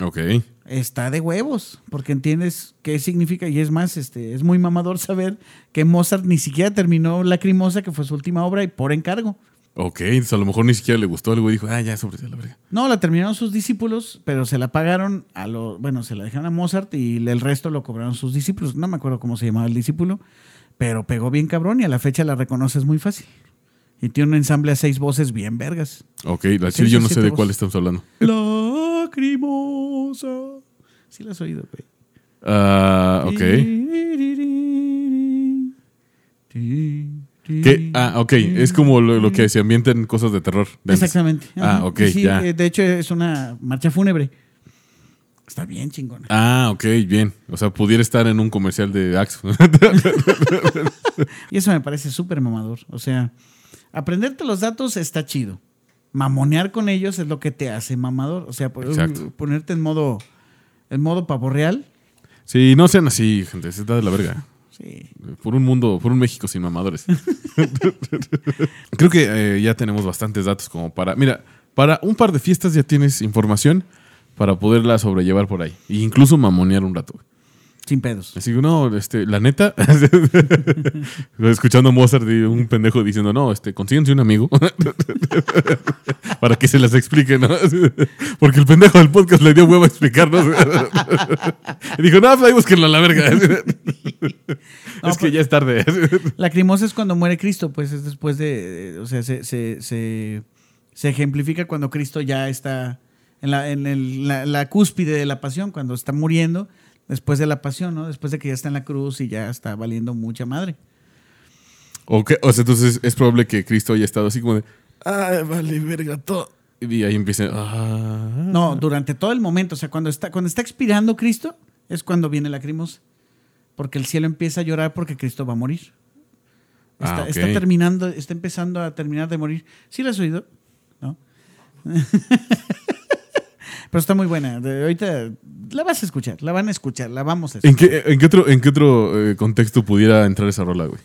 Ok. Está de huevos, porque entiendes qué significa. Y es más, este, es muy mamador saber que Mozart ni siquiera terminó La Crimosa, que fue su última obra, y por encargo. Ok, entonces a lo mejor ni siquiera le gustó. El güey dijo, ah, ya, sobre la verga. No, la terminaron sus discípulos, pero se la pagaron a los. Bueno, se la dejaron a Mozart y el resto lo cobraron sus discípulos. No me acuerdo cómo se llamaba el discípulo, pero pegó bien cabrón y a la fecha la reconoces muy fácil. Y tiene un ensamble a seis voces bien vergas. Ok, la chile yo no sé de cuál estamos hablando. La Crimosa. Sí, la has oído, güey. Ah, ok. ¿Qué? Ah, ok. Es como lo, lo que se ambienta en cosas de terror. de antes. Exactamente. Ah, Ajá. ok, Sí, ya. eh, De hecho, es una marcha fúnebre. Está bien chingona. Ah, ok, bien. O sea, pudiera estar en un comercial de Axe. Y eso me parece súper mamador. O sea, aprenderte los datos está chido. Mamonear con ellos es lo que te hace mamador. O sea, por- Exacto. ponerte en modo, en modo pavo real. sí, no sean así, gente. Se da de la verga. Sí. Por un mundo, por un México sin mamadores. Creo que eh, ya tenemos bastantes datos como para. Mira, para un par de fiestas ya tienes información para poderla sobrellevar por ahí. E incluso mamonear un rato. Sin pedos. Así que no, este, la neta. escuchando a Mozart y un pendejo diciendo, no, este, consíguense un amigo. para que se las explique, ¿no? Porque el pendejo del podcast le dio huevo a explicarnos. y dijo, no, pues ahí búsquenlo a la verga. es que pues- ya es tarde. Lacrimosa es cuando muere Cristo, pues es después de. eh, O sea, se, se, se, se ejemplifica cuando Cristo ya está en, la, en el- la, la cúspide de la pasión, cuando está muriendo, después de la pasión, ¿no? Después de que ya está en la cruz y ya está valiendo mucha madre. O, que- o sea, entonces es probable que Cristo haya estado así como de, ah, vale, verga, todo. Y ahí empieza, ah. No, durante todo el momento, o sea, cuando está, cuando está expirando Cristo, es cuando viene lacrimosa. Porque el cielo empieza a llorar porque Cristo va a morir. Está, Ah, ok. está terminando, está empezando a terminar de morir. ¿Sí la has oído? ¿No? Pero está muy buena. De- ahorita la vas a escuchar, la van a escuchar, la vamos a ¿En escuchar. qué, en qué otro, en qué otro eh, contexto pudiera entrar esa rola, güey?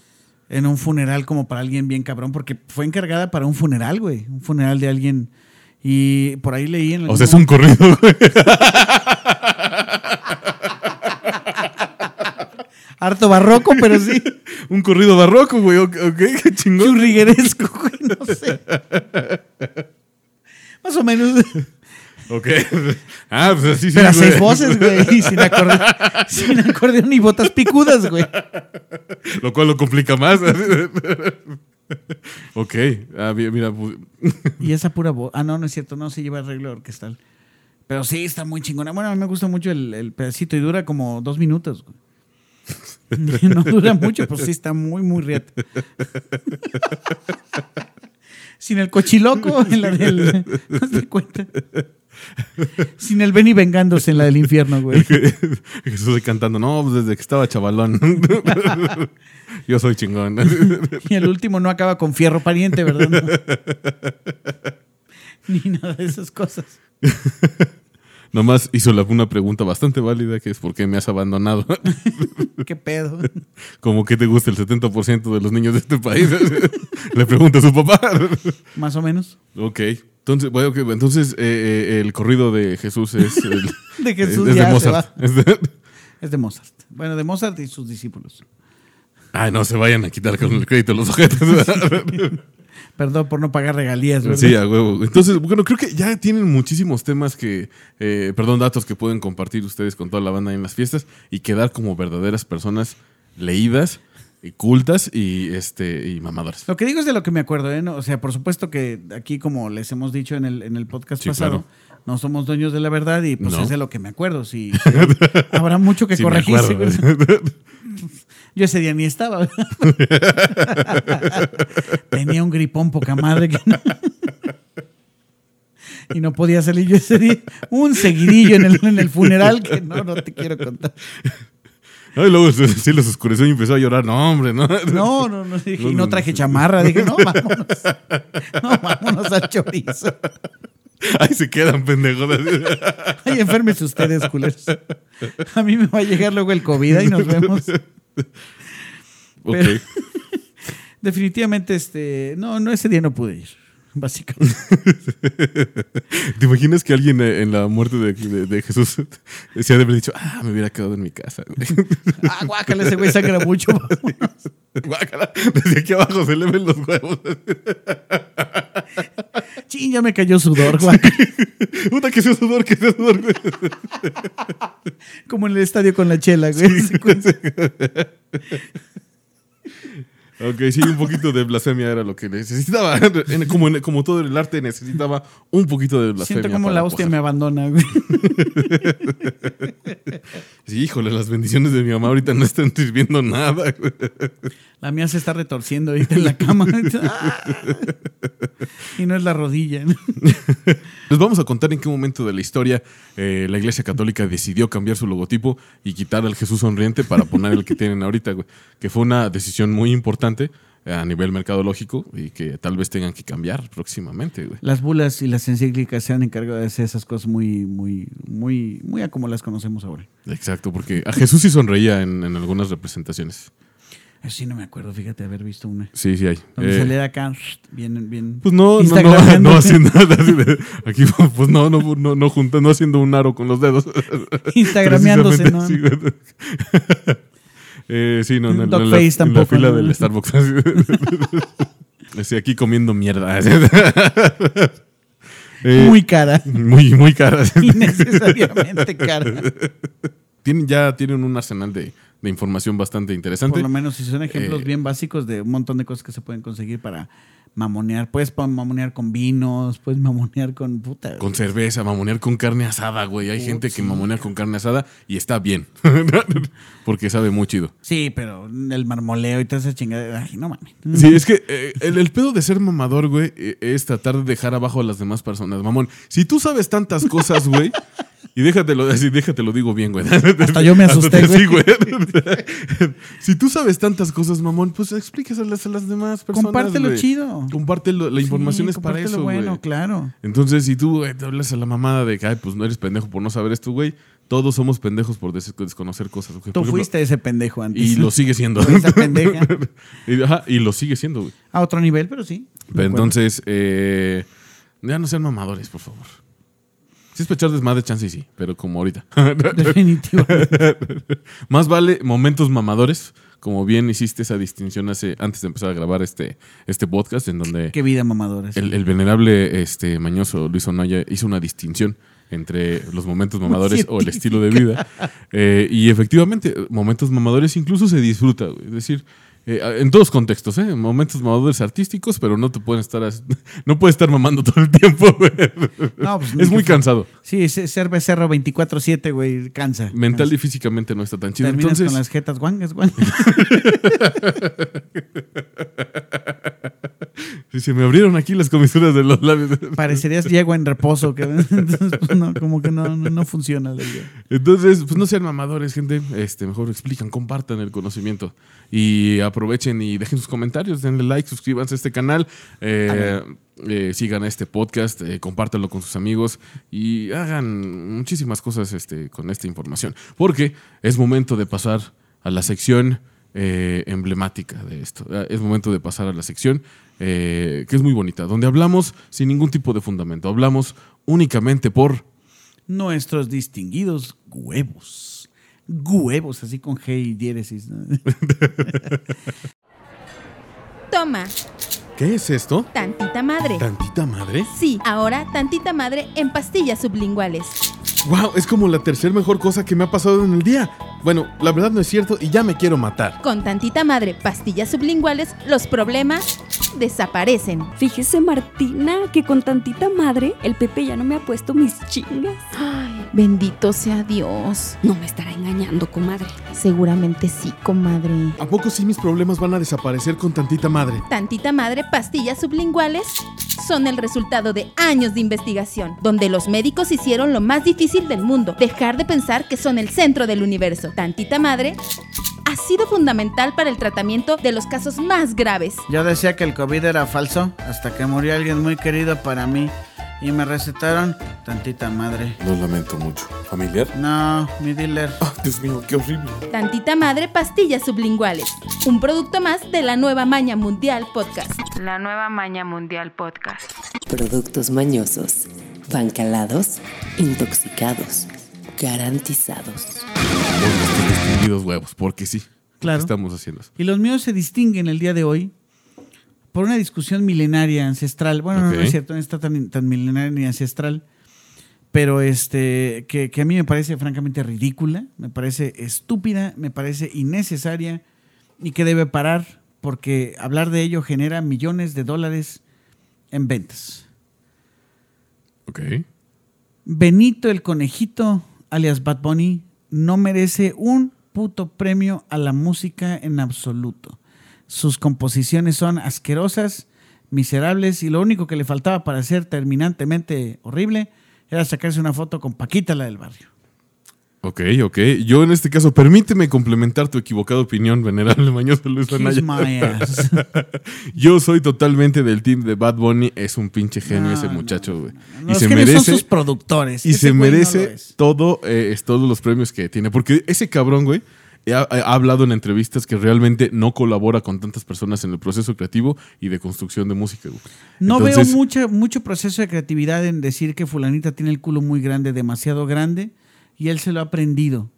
En un funeral como para alguien bien cabrón, porque fue encargada para un funeral, güey. Un funeral de alguien. Y por ahí leí en O sea, es algún- un corrido, güey. harto barroco, pero sí. Un corrido barroco, güey. Ok, ok, qué chingón. churrigueresco, güey, no sé. Más o menos. Ok. Ah, pues así sí. Pero a güey. seis voces, güey. y Sin, acorde- sin acordeón ni botas picudas, güey. Lo cual lo complica más. ok. Ah, mi- mira, pu- Y esa pura voz. Ah, no, no es cierto. No se lleva arreglo orquestal. Pero sí, está muy chingona. Bueno, a mí me gusta mucho el, el pedacito y dura como dos minutos, güey. No dura mucho, pero sí está muy, muy riata. Sin el cochiloco en la del. ¿No te cuenta? Sin el ven y vengándose en la del infierno, güey. Jesús ahí cantando. No, pues desde que estaba chavalón. Yo soy chingón. Y el último no acaba con fierro pariente, ¿verdad? No. Ni nada de esas cosas. Nomás hizo la- una pregunta bastante válida que es ¿por qué me has abandonado? ¿Qué pedo? Como que te gusta el 70% de los niños de este país. Le pregunta a su papá. Más o menos. Ok. Entonces, bueno, ok, entonces eh, eh, el corrido de Jesús es, el- De Jesús es ya de se Mozart. va. Es de- Es de Mozart. Bueno, de Mozart y sus discípulos. Ay, no se vayan a quitar con el crédito los ojetes. Perdón por no pagar regalías, ¿verdad? sí, a huevo. Entonces, bueno, creo que ya tienen muchísimos temas que, eh, perdón, datos que pueden compartir ustedes con toda la banda en las fiestas y quedar como verdaderas personas leídas, y cultas y, este, y mamadoras. Lo que digo es de lo que me acuerdo, ¿eh? No, o sea, por supuesto que aquí, como les hemos dicho en el, en el podcast Sí, pasado, no somos dueños de la verdad y pues No. es de lo que me acuerdo. Sí, sí, habrá mucho que Sí, me corregir. acuerdo. ¿eh? seguro. Yo ese día ni estaba. Tenía un gripón poca madre. que no- y no podía salir yo ese día. Un seguidillo en el, en el funeral que no, no te quiero contar. No, y luego se- sí los oscureció y empezó a llorar. No, hombre, no. No, no, no. Dije, y no traje chamarra. Dije, no, vámonos. No, vámonos al chorizo. Ahí se quedan pendejos. Ay, enfermes ustedes, culeros. A mí me va a llegar luego el COVID y nos vemos. Ok. Pero- Definitivamente, este, no, no, ese día no pude ir, básicamente. ¿Te imaginas que alguien eh, en la muerte de, de- de Jesús se ha de haber dicho, ah, me hubiera quedado en mi casa? güey"? Ah, guácala, ese güey sangra mucho. Guácala, desde aquí abajo se le ven los huevos. Chin, ya me cayó sudor, guácala. Puta, que sea sudor, que sea sudor. güey. Como en el estadio con la chela, güey. Ok, sí, un poquito de blasfemia era lo que necesitaba. En- Como, en- como todo el arte necesitaba un poquito de blasfemia. Siento como para la hostia poder. me abandona, güey. Sí, híjole, las bendiciones de mi mamá ahorita no están sirviendo nada. güey. La mía se está retorciendo ahorita en la cama. Ah. Y no es la rodilla. ¿no? Les vamos a contar en qué momento de la historia eh, la Iglesia Católica decidió cambiar su logotipo y quitar al Jesús sonriente para poner el que tienen ahorita, güey. Que fue una decisión muy importante eh, a nivel mercadológico y que tal vez tengan que cambiar próximamente, güey. Las bulas y las encíclicas se han encargado de hacer esas cosas muy, muy, muy, muy a como las conocemos ahora. Exacto, porque a Jesús sí sonreía en, en algunas representaciones. Así no me acuerdo, fíjate, haber visto una. Sí, sí hay. Donde Eh, se le da acá, bien, bien. Pues no, no, no, Instagrameando. no haciendo nada. así de- aquí, pues no, no, no, no junta- no haciendo un aro con los dedos. Instagrameándose, ¿no? Precisamente, Sí, güey. Eh, sí, no, no, Un no, en, la, dogface en la tampoco, fila ¿no? del Starbucks. Así, aquí comiendo mierda. Eh, Muy cara. muy, muy cara. Innecesariamente cara. tienen, ya tienen un arsenal de, de información bastante interesante. Por lo menos si son ejemplos Eh, bien básicos de un montón de cosas que se pueden conseguir para mamonear. Puedes pa- mamonear con vinos, puedes mamonear con puta. Con cerveza, mamonear con carne asada, güey. Hay Oh, gente que sí. mamonea con carne asada y está bien. Porque sabe muy chido. Sí, pero el marmoleo y toda esa chingada. Ay, no mames. Sí, es que eh, el, el pedo de ser mamador, güey, eh, es tratar de dejar abajo a las demás personas. Mamón, si tú sabes tantas cosas, güey, y déjatelo, así, déjatelo digo bien, güey. Hasta yo me asusté, te- sí, güey. si tú sabes tantas cosas, mamón, pues explícaselas a las demás personas. Compártelo güey. chido. Compártelo, la información Sí, es para compártelo eso, güey. bueno, claro. Entonces, si tú güey, te hablas a la mamada de que, ay, pues no eres pendejo por no saber esto, güey, todos somos pendejos por des- desconocer cosas. güey. Tú Por ejemplo, fuiste ese pendejo antes. Y lo sigue siendo. Esa pendeja. y, ajá, y lo sigue siendo, güey. A otro nivel, pero sí. Pero entonces, eh, ya no sean mamadores, por favor. Si es pechar desmadre, chance y sí, pero como ahorita. Definitivo. Más vale momentos mamadores, como bien hiciste esa distinción hace, antes de empezar a grabar este, este podcast, en donde Qué vida mamadora. sí. el, el venerable este, mañoso Luis Onaya hizo una distinción entre los momentos mamadores o el estilo de vida. Eh, y efectivamente, momentos mamadores incluso se disfruta, güey. es decir, eh, en todos contextos, ¿eh? momentos mamadores artísticos, pero no te pueden estar, as- no puedes estar mamando todo el tiempo, güey. No, pues, ni es que muy fuera. cansado. Sí, ese ser becerro 24-7, güey, cansa. Mental Cansa. y físicamente no está tan chido. Terminas Entonces, con las jetas guangas, guangas. sí, se me abrieron aquí las comisuras de los labios. Parecerías yegua en reposo. Que, entonces, pues, no, como que no, no, no funciona la idea. Entonces, pues no sean mamadores, gente. Este, mejor explican, compartan el conocimiento. Y aprovechen y dejen sus comentarios, denle like, suscríbanse a este canal. eh, eh, sigan este podcast, eh, compártanlo con sus amigos y hagan muchísimas cosas este, con esta información. Porque es momento de pasar a la sección eh, emblemática de esto. Ah, Es momento de pasar a la sección eh, que es muy bonita, donde hablamos sin ningún tipo de fundamento. Hablamos únicamente por Nuestros distinguidos huevos. Huevos, así con G y diéresis. ¿no? Toma, ¿Qué es esto? tantita madre. ¿Tantita madre? Sí, ahora tantita madre en pastillas sublinguales. ¡Wow! Es como la tercera mejor cosa que me ha pasado en el día. Bueno, la verdad no es cierto y ya me quiero matar. Con tantita madre, pastillas sublinguales, los problemas desaparecen. Fíjese Martina que con tantita madre el Pepe ya no me ha puesto mis chingas. Ay, bendito sea Dios. No me estará engañando, comadre. Seguramente sí, comadre. ¿A poco sí mis problemas van a desaparecer con tantita madre? Tantita madre, pastillas sublinguales, son el resultado de años de investigación, donde los médicos hicieron lo más difícil del mundo, dejar de pensar que son el centro del universo. Tantita madre ha sido fundamental para el tratamiento de los casos más graves. Yo decía que el COVID era falso hasta que murió alguien muy querido para mí y me recetaron tantita madre. Lo lamento mucho. ¿Familiar? No, mi dealer. Ah, Dios mío, qué horrible. Tantita madre pastillas sublinguales, un producto más de la nueva maña mundial podcast. La nueva Maña Mundial Podcast. Productos mañosos, bancalados, intoxicados, garantizados. Por nuestros distinguidos huevos, porque sí. Claro. Estamos haciendo eso. Y los míos se distinguen el día de hoy por una discusión milenaria, ancestral. Bueno, no, no, Ok. es cierto, no está tan, tan milenaria ni ancestral. Pero este, que, que a mí me parece francamente ridícula, me parece estúpida, me parece innecesaria y que debe parar porque hablar de ello genera millones de dólares en ventas. Ok. Benito el Conejito, alias Bad Bunny, no merece un puto premio a la música en absoluto. Sus composiciones son asquerosas, miserables y lo único que le faltaba para ser terminantemente horrible era sacarse una foto con Paquita, la del barrio. Ok, ok. Yo en este caso, permíteme complementar tu equivocada opinión, venerable mañoso Luis Kiss Pues, Anaya. my ass. Yo soy totalmente del team de Bad Bunny. Es un pinche genio No, ese no, muchacho, güey. Y Los se genios merece. son sus productores. Y Ese se güey no lo merece es. todo, eh, es- todos los premios que tiene. Porque ese cabrón, güey, ha, ha hablado en entrevistas que realmente no colabora con tantas personas en el proceso creativo y de construcción de música, güey. No Entonces, veo mucha- mucho proceso de creatividad en decir que fulanita tiene el culo muy grande, demasiado grande, y él se lo ha aprendido.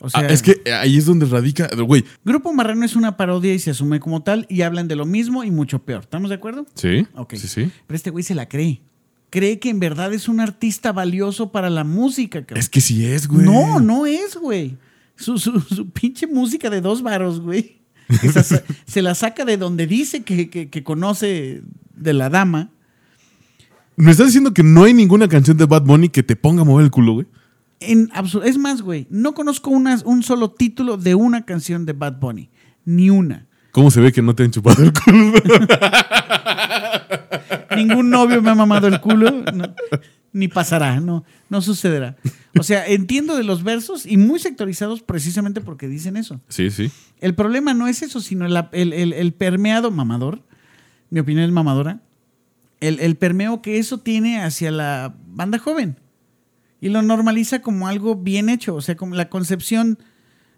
O sea, ah, es que ahí es donde radica, güey. Grupo Marrano es una parodia y se asume como tal y hablan de lo mismo y mucho peor. ¿Estamos de acuerdo? Sí. Ok. Sí, sí. Pero este güey se la cree. Cree que en verdad es un artista valioso para la música, cabrón. Es que sí es, güey. No, no es, güey. Su, su- su pinche música de dos varos, güey. Esa sa- se la saca de donde dice que, que- que conoce de la dama. Me estás diciendo que no hay ninguna canción de Bad Bunny que te ponga a mover el culo, güey. En absu- es más, güey, no conozco una- un solo título de una canción de Bad Bunny. Ni una. ¿Cómo se ve que no te han chupado el culo? Ningún novio me ha mamado el culo. no. ni pasará, no, no sucederá. O sea, entiendo de los versos y muy sectorizados precisamente porque dicen eso. Sí, sí. El problema no es eso, sino la- el, el- el permeado mamador. Mi opinión es mamadora. El, el permeo que eso tiene hacia la banda joven. Y lo normaliza como algo bien hecho. O sea, como la concepción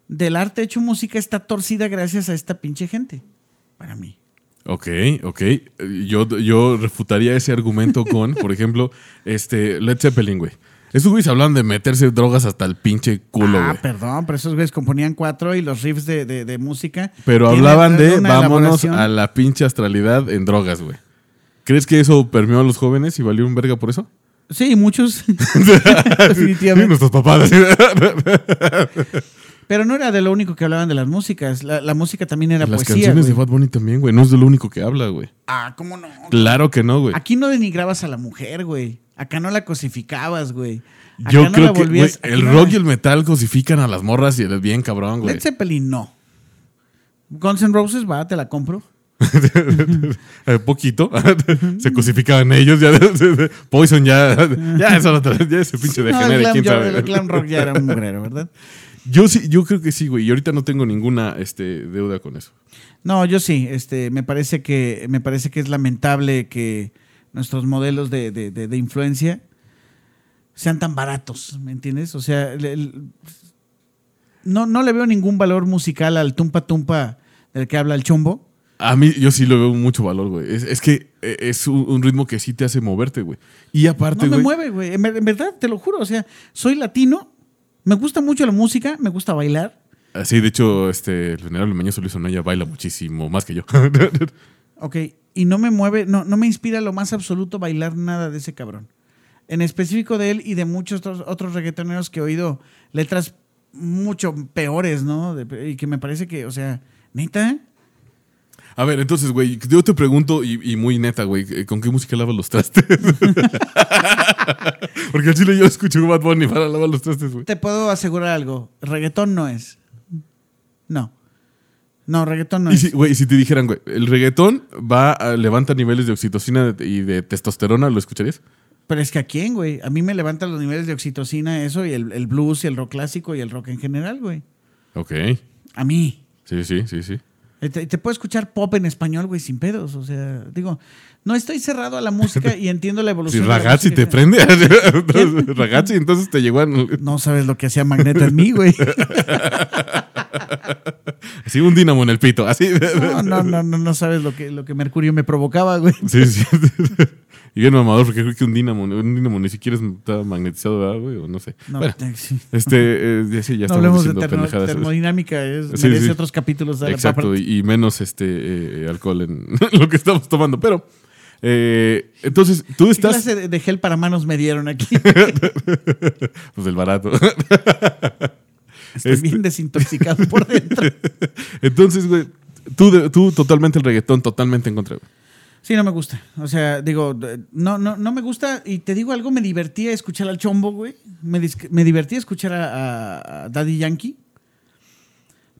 del arte hecho música está torcida gracias a esta pinche gente. Para mí. Ok, ok. Eh, Yo, yo refutaría ese argumento con, por ejemplo, este Led Zeppelin, güey. Esos güeyes hablan de meterse drogas hasta el pinche culo, ah, güey. perdón, pero esos güeyes componían cuatro y los riffs de, de- de música. Pero tienen hablaban de una vámonos elaboración. a la pinche astralidad en drogas, güey. ¿Crees que eso permeó a los jóvenes y valió un verga por eso? Sí, muchos. Sí, Definitivamente. nuestros papás. Pero no era de lo único que hablaban de las músicas. La, la música también era Las poesía. canciones de güey. Bad Bunny también, güey. No es de lo único que habla, güey. Ah, ¿cómo no? Claro que no, güey. Aquí no denigrabas a la mujer, güey. Acá no la cosificabas, güey. Acá Yo no la creo que güey, volvías- aquí el no rock la- y el metal cosifican a las morras y eres bien cabrón, güey. Led Zeppelin no. Guns N' Roses, va, te la compro. Eh, poquito. se cosificaban ellos. Ya, Poison ya. ya, eso, no- ya ese pinche de No, el genere, glam, quién yo- sabe. el glam rock ya era un mugrero, ¿verdad? Yo sí, yo creo que sí, güey. Y ahorita no tengo ninguna este, deuda con eso. No, yo sí. Este, me parece que me parece que es lamentable que nuestros modelos de, de- de- de influencia sean tan baratos, ¿me entiendes? O sea, el- el- no, no le veo ningún valor musical al tumpa tumpa del que habla el chombo. A mí, yo sí le veo mucho valor, güey. Es, es que eh, es un, un ritmo que sí te hace moverte, güey. Y aparte, No me güey. mueve, güey. En, ver- en verdad, te lo juro. O sea, soy latino, me gusta mucho la música, me gusta bailar. así, de hecho, este, el venerable Mañoso Luis Anaya baila muchísimo más que yo. Ok, y no me mueve, no, no me inspira lo más absoluto bailar nada de ese cabrón. En específico de él y de muchos otros, otros reggaetoneros que he oído letras mucho peores, ¿no? De- y que me parece que, o sea, neta, A ver, entonces, güey, yo te pregunto, y, y muy neta, güey, eh, ¿con qué música lavas los trastes? Porque al chile yo escucho Bad Bunny para lavar los trastes, güey. te puedo asegurar algo, reggaetón no es. No. No, reggaetón no Y es. si, güey, y si te dijeran, güey, el reggaetón va a- levanta niveles de oxitocina de- y de testosterona, ¿lo escucharías? Pero es que a quién, güey. A mí me levantan los niveles de oxitocina, eso, y el, el blues, y el rock clásico, y el rock en general, güey. Ok. A mí. Sí, sí, sí, sí. Eh, Te, te puedo escuchar pop en español, güey, sin pedos. O sea, digo, no estoy cerrado a la música y entiendo la Si evolución. de Pues la ragazzi música. te prende, entonces, ragazzi, entonces te llegó a- No sabes lo que hacía Magneto en mí, güey. así un dínamo en el pito, así. No, no, no, no, no sabes lo que, lo que Mercurio me provocaba, güey. Sí, sí. Y bien mamador, porque creo que un dínamo, un dínamo ni siquiera está magnetizado, ¿verdad, güey, o no sé. No, bueno, te- sí. este, eh, ya, sí, ya No estamos hablemos de diciendo termo- pendejadas. termodinámica, es, Sí, merece sí. otros capítulos. de la- Exacto, y, y menos este eh, alcohol en lo que estamos tomando. Pero, eh, entonces, tú ¿Qué estás. clase de- de gel para manos me dieron aquí? Pues del barato. Estoy Este- bien desintoxicado por dentro. Entonces, güey, tú, de- tú totalmente el reggaetón, totalmente en contra. güey. Sí, no me gusta. O sea, digo, no, no, no me gusta. Y te digo algo, me divertía escuchar al chombo, güey. Me, dis- me divertía escuchar a, a- a Daddy Yankee.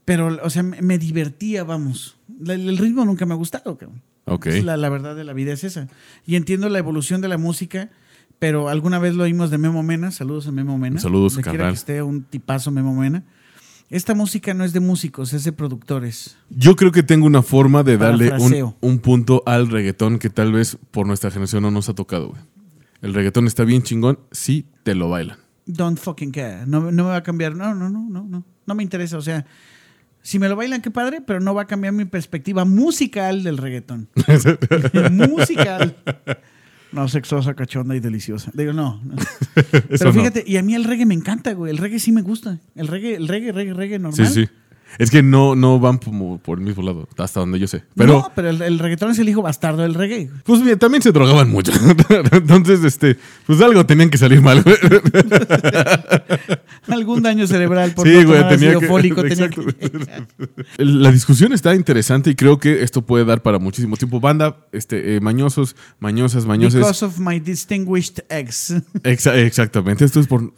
Pero, o sea, me, me divertía, vamos. La- el ritmo nunca me ha gustado, cabrón. Ok. Es La, la verdad de la vida es esa. Y entiendo la evolución de la música, pero alguna vez lo oímos de Memo Mena. Saludos a Memo Mena. Saludos, Donde quiera carnal. que esté un tipazo Memo Mena. Esta música no es de músicos, es de productores. Yo creo que tengo una forma de darle un, Parafraseo. un punto al reggaetón que tal vez por nuestra generación no nos ha tocado, güey. El reggaetón está bien chingón si te lo bailan. Don't fucking care. No, no me va a cambiar. No, no, no, no, no. No me interesa. O sea, si me lo bailan, qué padre, pero no va a cambiar mi perspectiva musical del reggaetón. musical. No, sexosa, cachonda y deliciosa. Digo, no. no. Eso no. Pero fíjate, y a mí el reggae me encanta, güey. El reggae sí me gusta. El reggae, el reggae, reggae, reggae Sí, normal. sí. Es que no, no van como por el mismo lado, hasta donde yo sé. Pero, no, pero el, el reggaetón es el hijo bastardo del reggae. pues bien, también se drogaban mucho. Entonces, este, pues algo tenían que salir mal, güey. Algún daño cerebral por Sí, no güey, tomar tenía ácido que- fólico, tenía exacto. que- La discusión está interesante y creo que esto puede dar para muchísimo tiempo. Banda, este, eh, mañosos, mañosas, mañoses. Because of my distinguished ex. Exa- exactamente, esto es por,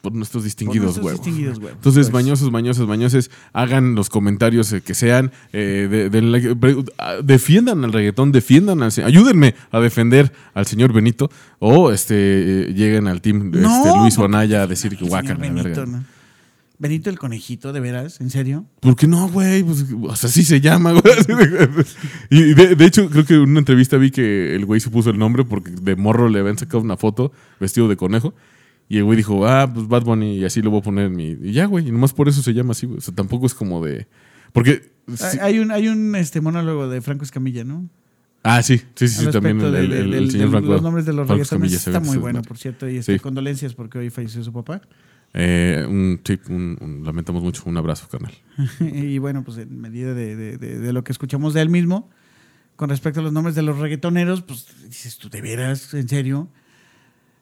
por nuestros distinguidos nuestros huevos. distinguidos huevos, Entonces, pues. mañosos, mañosos, mañoses, hagan los comentarios eh, que sean, eh, de- de la- pre- ah, defiendan al reggaetón, defiendan al se- ayúdenme a defender al señor Benito o este eh, lleguen al team este, No, Luis porque- Anaya a decir que Señor guacan. Benito, ¿no? Benito el conejito, de veras, ¿en serio? ¿Por qué no, güey? Pues, o sea, así se llama, güey. Y de, de hecho, creo que en una entrevista vi que el güey se puso el nombre porque de morro le habían sacado una foto vestido de conejo. Y el güey dijo, ah, pues Bad Bunny, y así lo voy a poner en mi. Y ya, güey, y nomás por eso se llama así, güey. O sea, tampoco es como de. Porque. sí- Hay un, hay un este, monólogo de Franco Escamilla, ¿no? ah, sí, sí, sí, sí, Al también el, respecto el- de- el del- señor del- Franco. Los nombres de los Franco reggaetones Escamilla, se está ve muy su bueno, madre. por cierto, y este, Sí. condolencias porque hoy falleció su papá. Eh, un tip, un- un- lamentamos mucho, un abrazo, carnal. y bueno, pues en medida de, de- de- de lo que escuchamos de él mismo, con respecto a los nombres de los reggaetoneros, pues dices tú, ¿de veras? ¿En serio?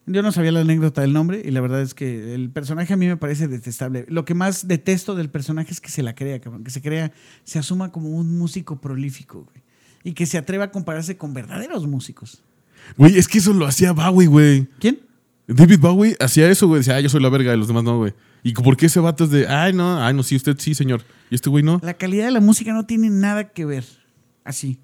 Yo no sabía la anécdota del nombre y la verdad es que el personaje a mí me parece detestable. Lo que más detesto del personaje es que se la crea, cabrón, que se crea, se asuma como un músico prolífico güey, y que se atreva a compararse con verdaderos músicos. Güey, es que eso lo hacía Bowie, güey. ¿Quién? David Bowie hacía eso, güey. Decía, ah, yo soy la verga y los demás no, güey. ¿Y por qué ese vato es de, ay, no, ay, no, sí, usted sí, señor? ¿Y este güey no? La calidad de la música no tiene nada que ver. Así.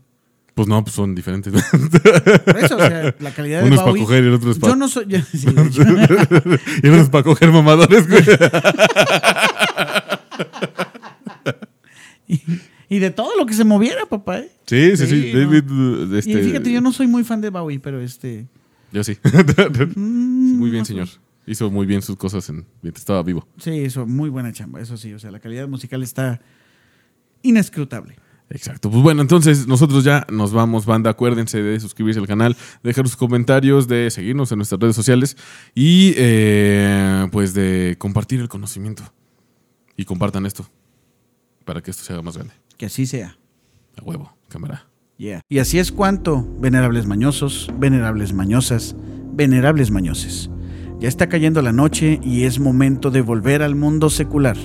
Pues no, pues son diferentes. Por eso, o sea, la calidad de Uno es pa' Bowie- coger y el otro es pa'- Yo no soy. yo- sí, de hecho. y unos para coger mamadores, güey. y, y de todo lo que se moviera, papá. ¿eh? Sí, sí, sí. no. David, eh, este, Y fíjate, yo no soy muy fan de Bowie, pero este. Yo sí. Mm, Sí, Muy bien, señor. Hizo muy bien sus cosas en- mientras estaba vivo. Sí, eso, muy buena chamba, eso sí. O sea, la calidad musical está inescrutable. Exacto. Pues bueno, entonces nosotros ya nos vamos, banda. Acuérdense de suscribirse al canal, de dejar sus comentarios, de seguirnos en nuestras redes sociales y eh, pues de compartir el conocimiento. Y compartan esto para que esto se haga más grande. Que así sea. A huevo, cámara. Yeah. Y así es cuanto, venerables mañosos, venerables mañosas, venerables mañoses. Ya está cayendo la noche y es momento de volver al mundo secular,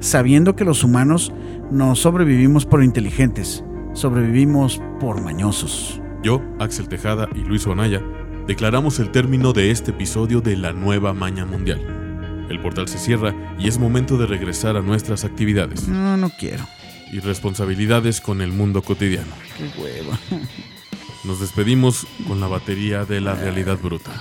sabiendo que los humanos no sobrevivimos por inteligentes, sobrevivimos por mañosos. Yo, Axel Tejada y Luis Anaya declaramos el término de este episodio de La Nueva Maña Mundial. El portal se cierra y es momento de regresar a nuestras actividades. No, no quiero. y responsabilidades con el mundo cotidiano. Qué hueva. Nos despedimos con la batería de la realidad bruta.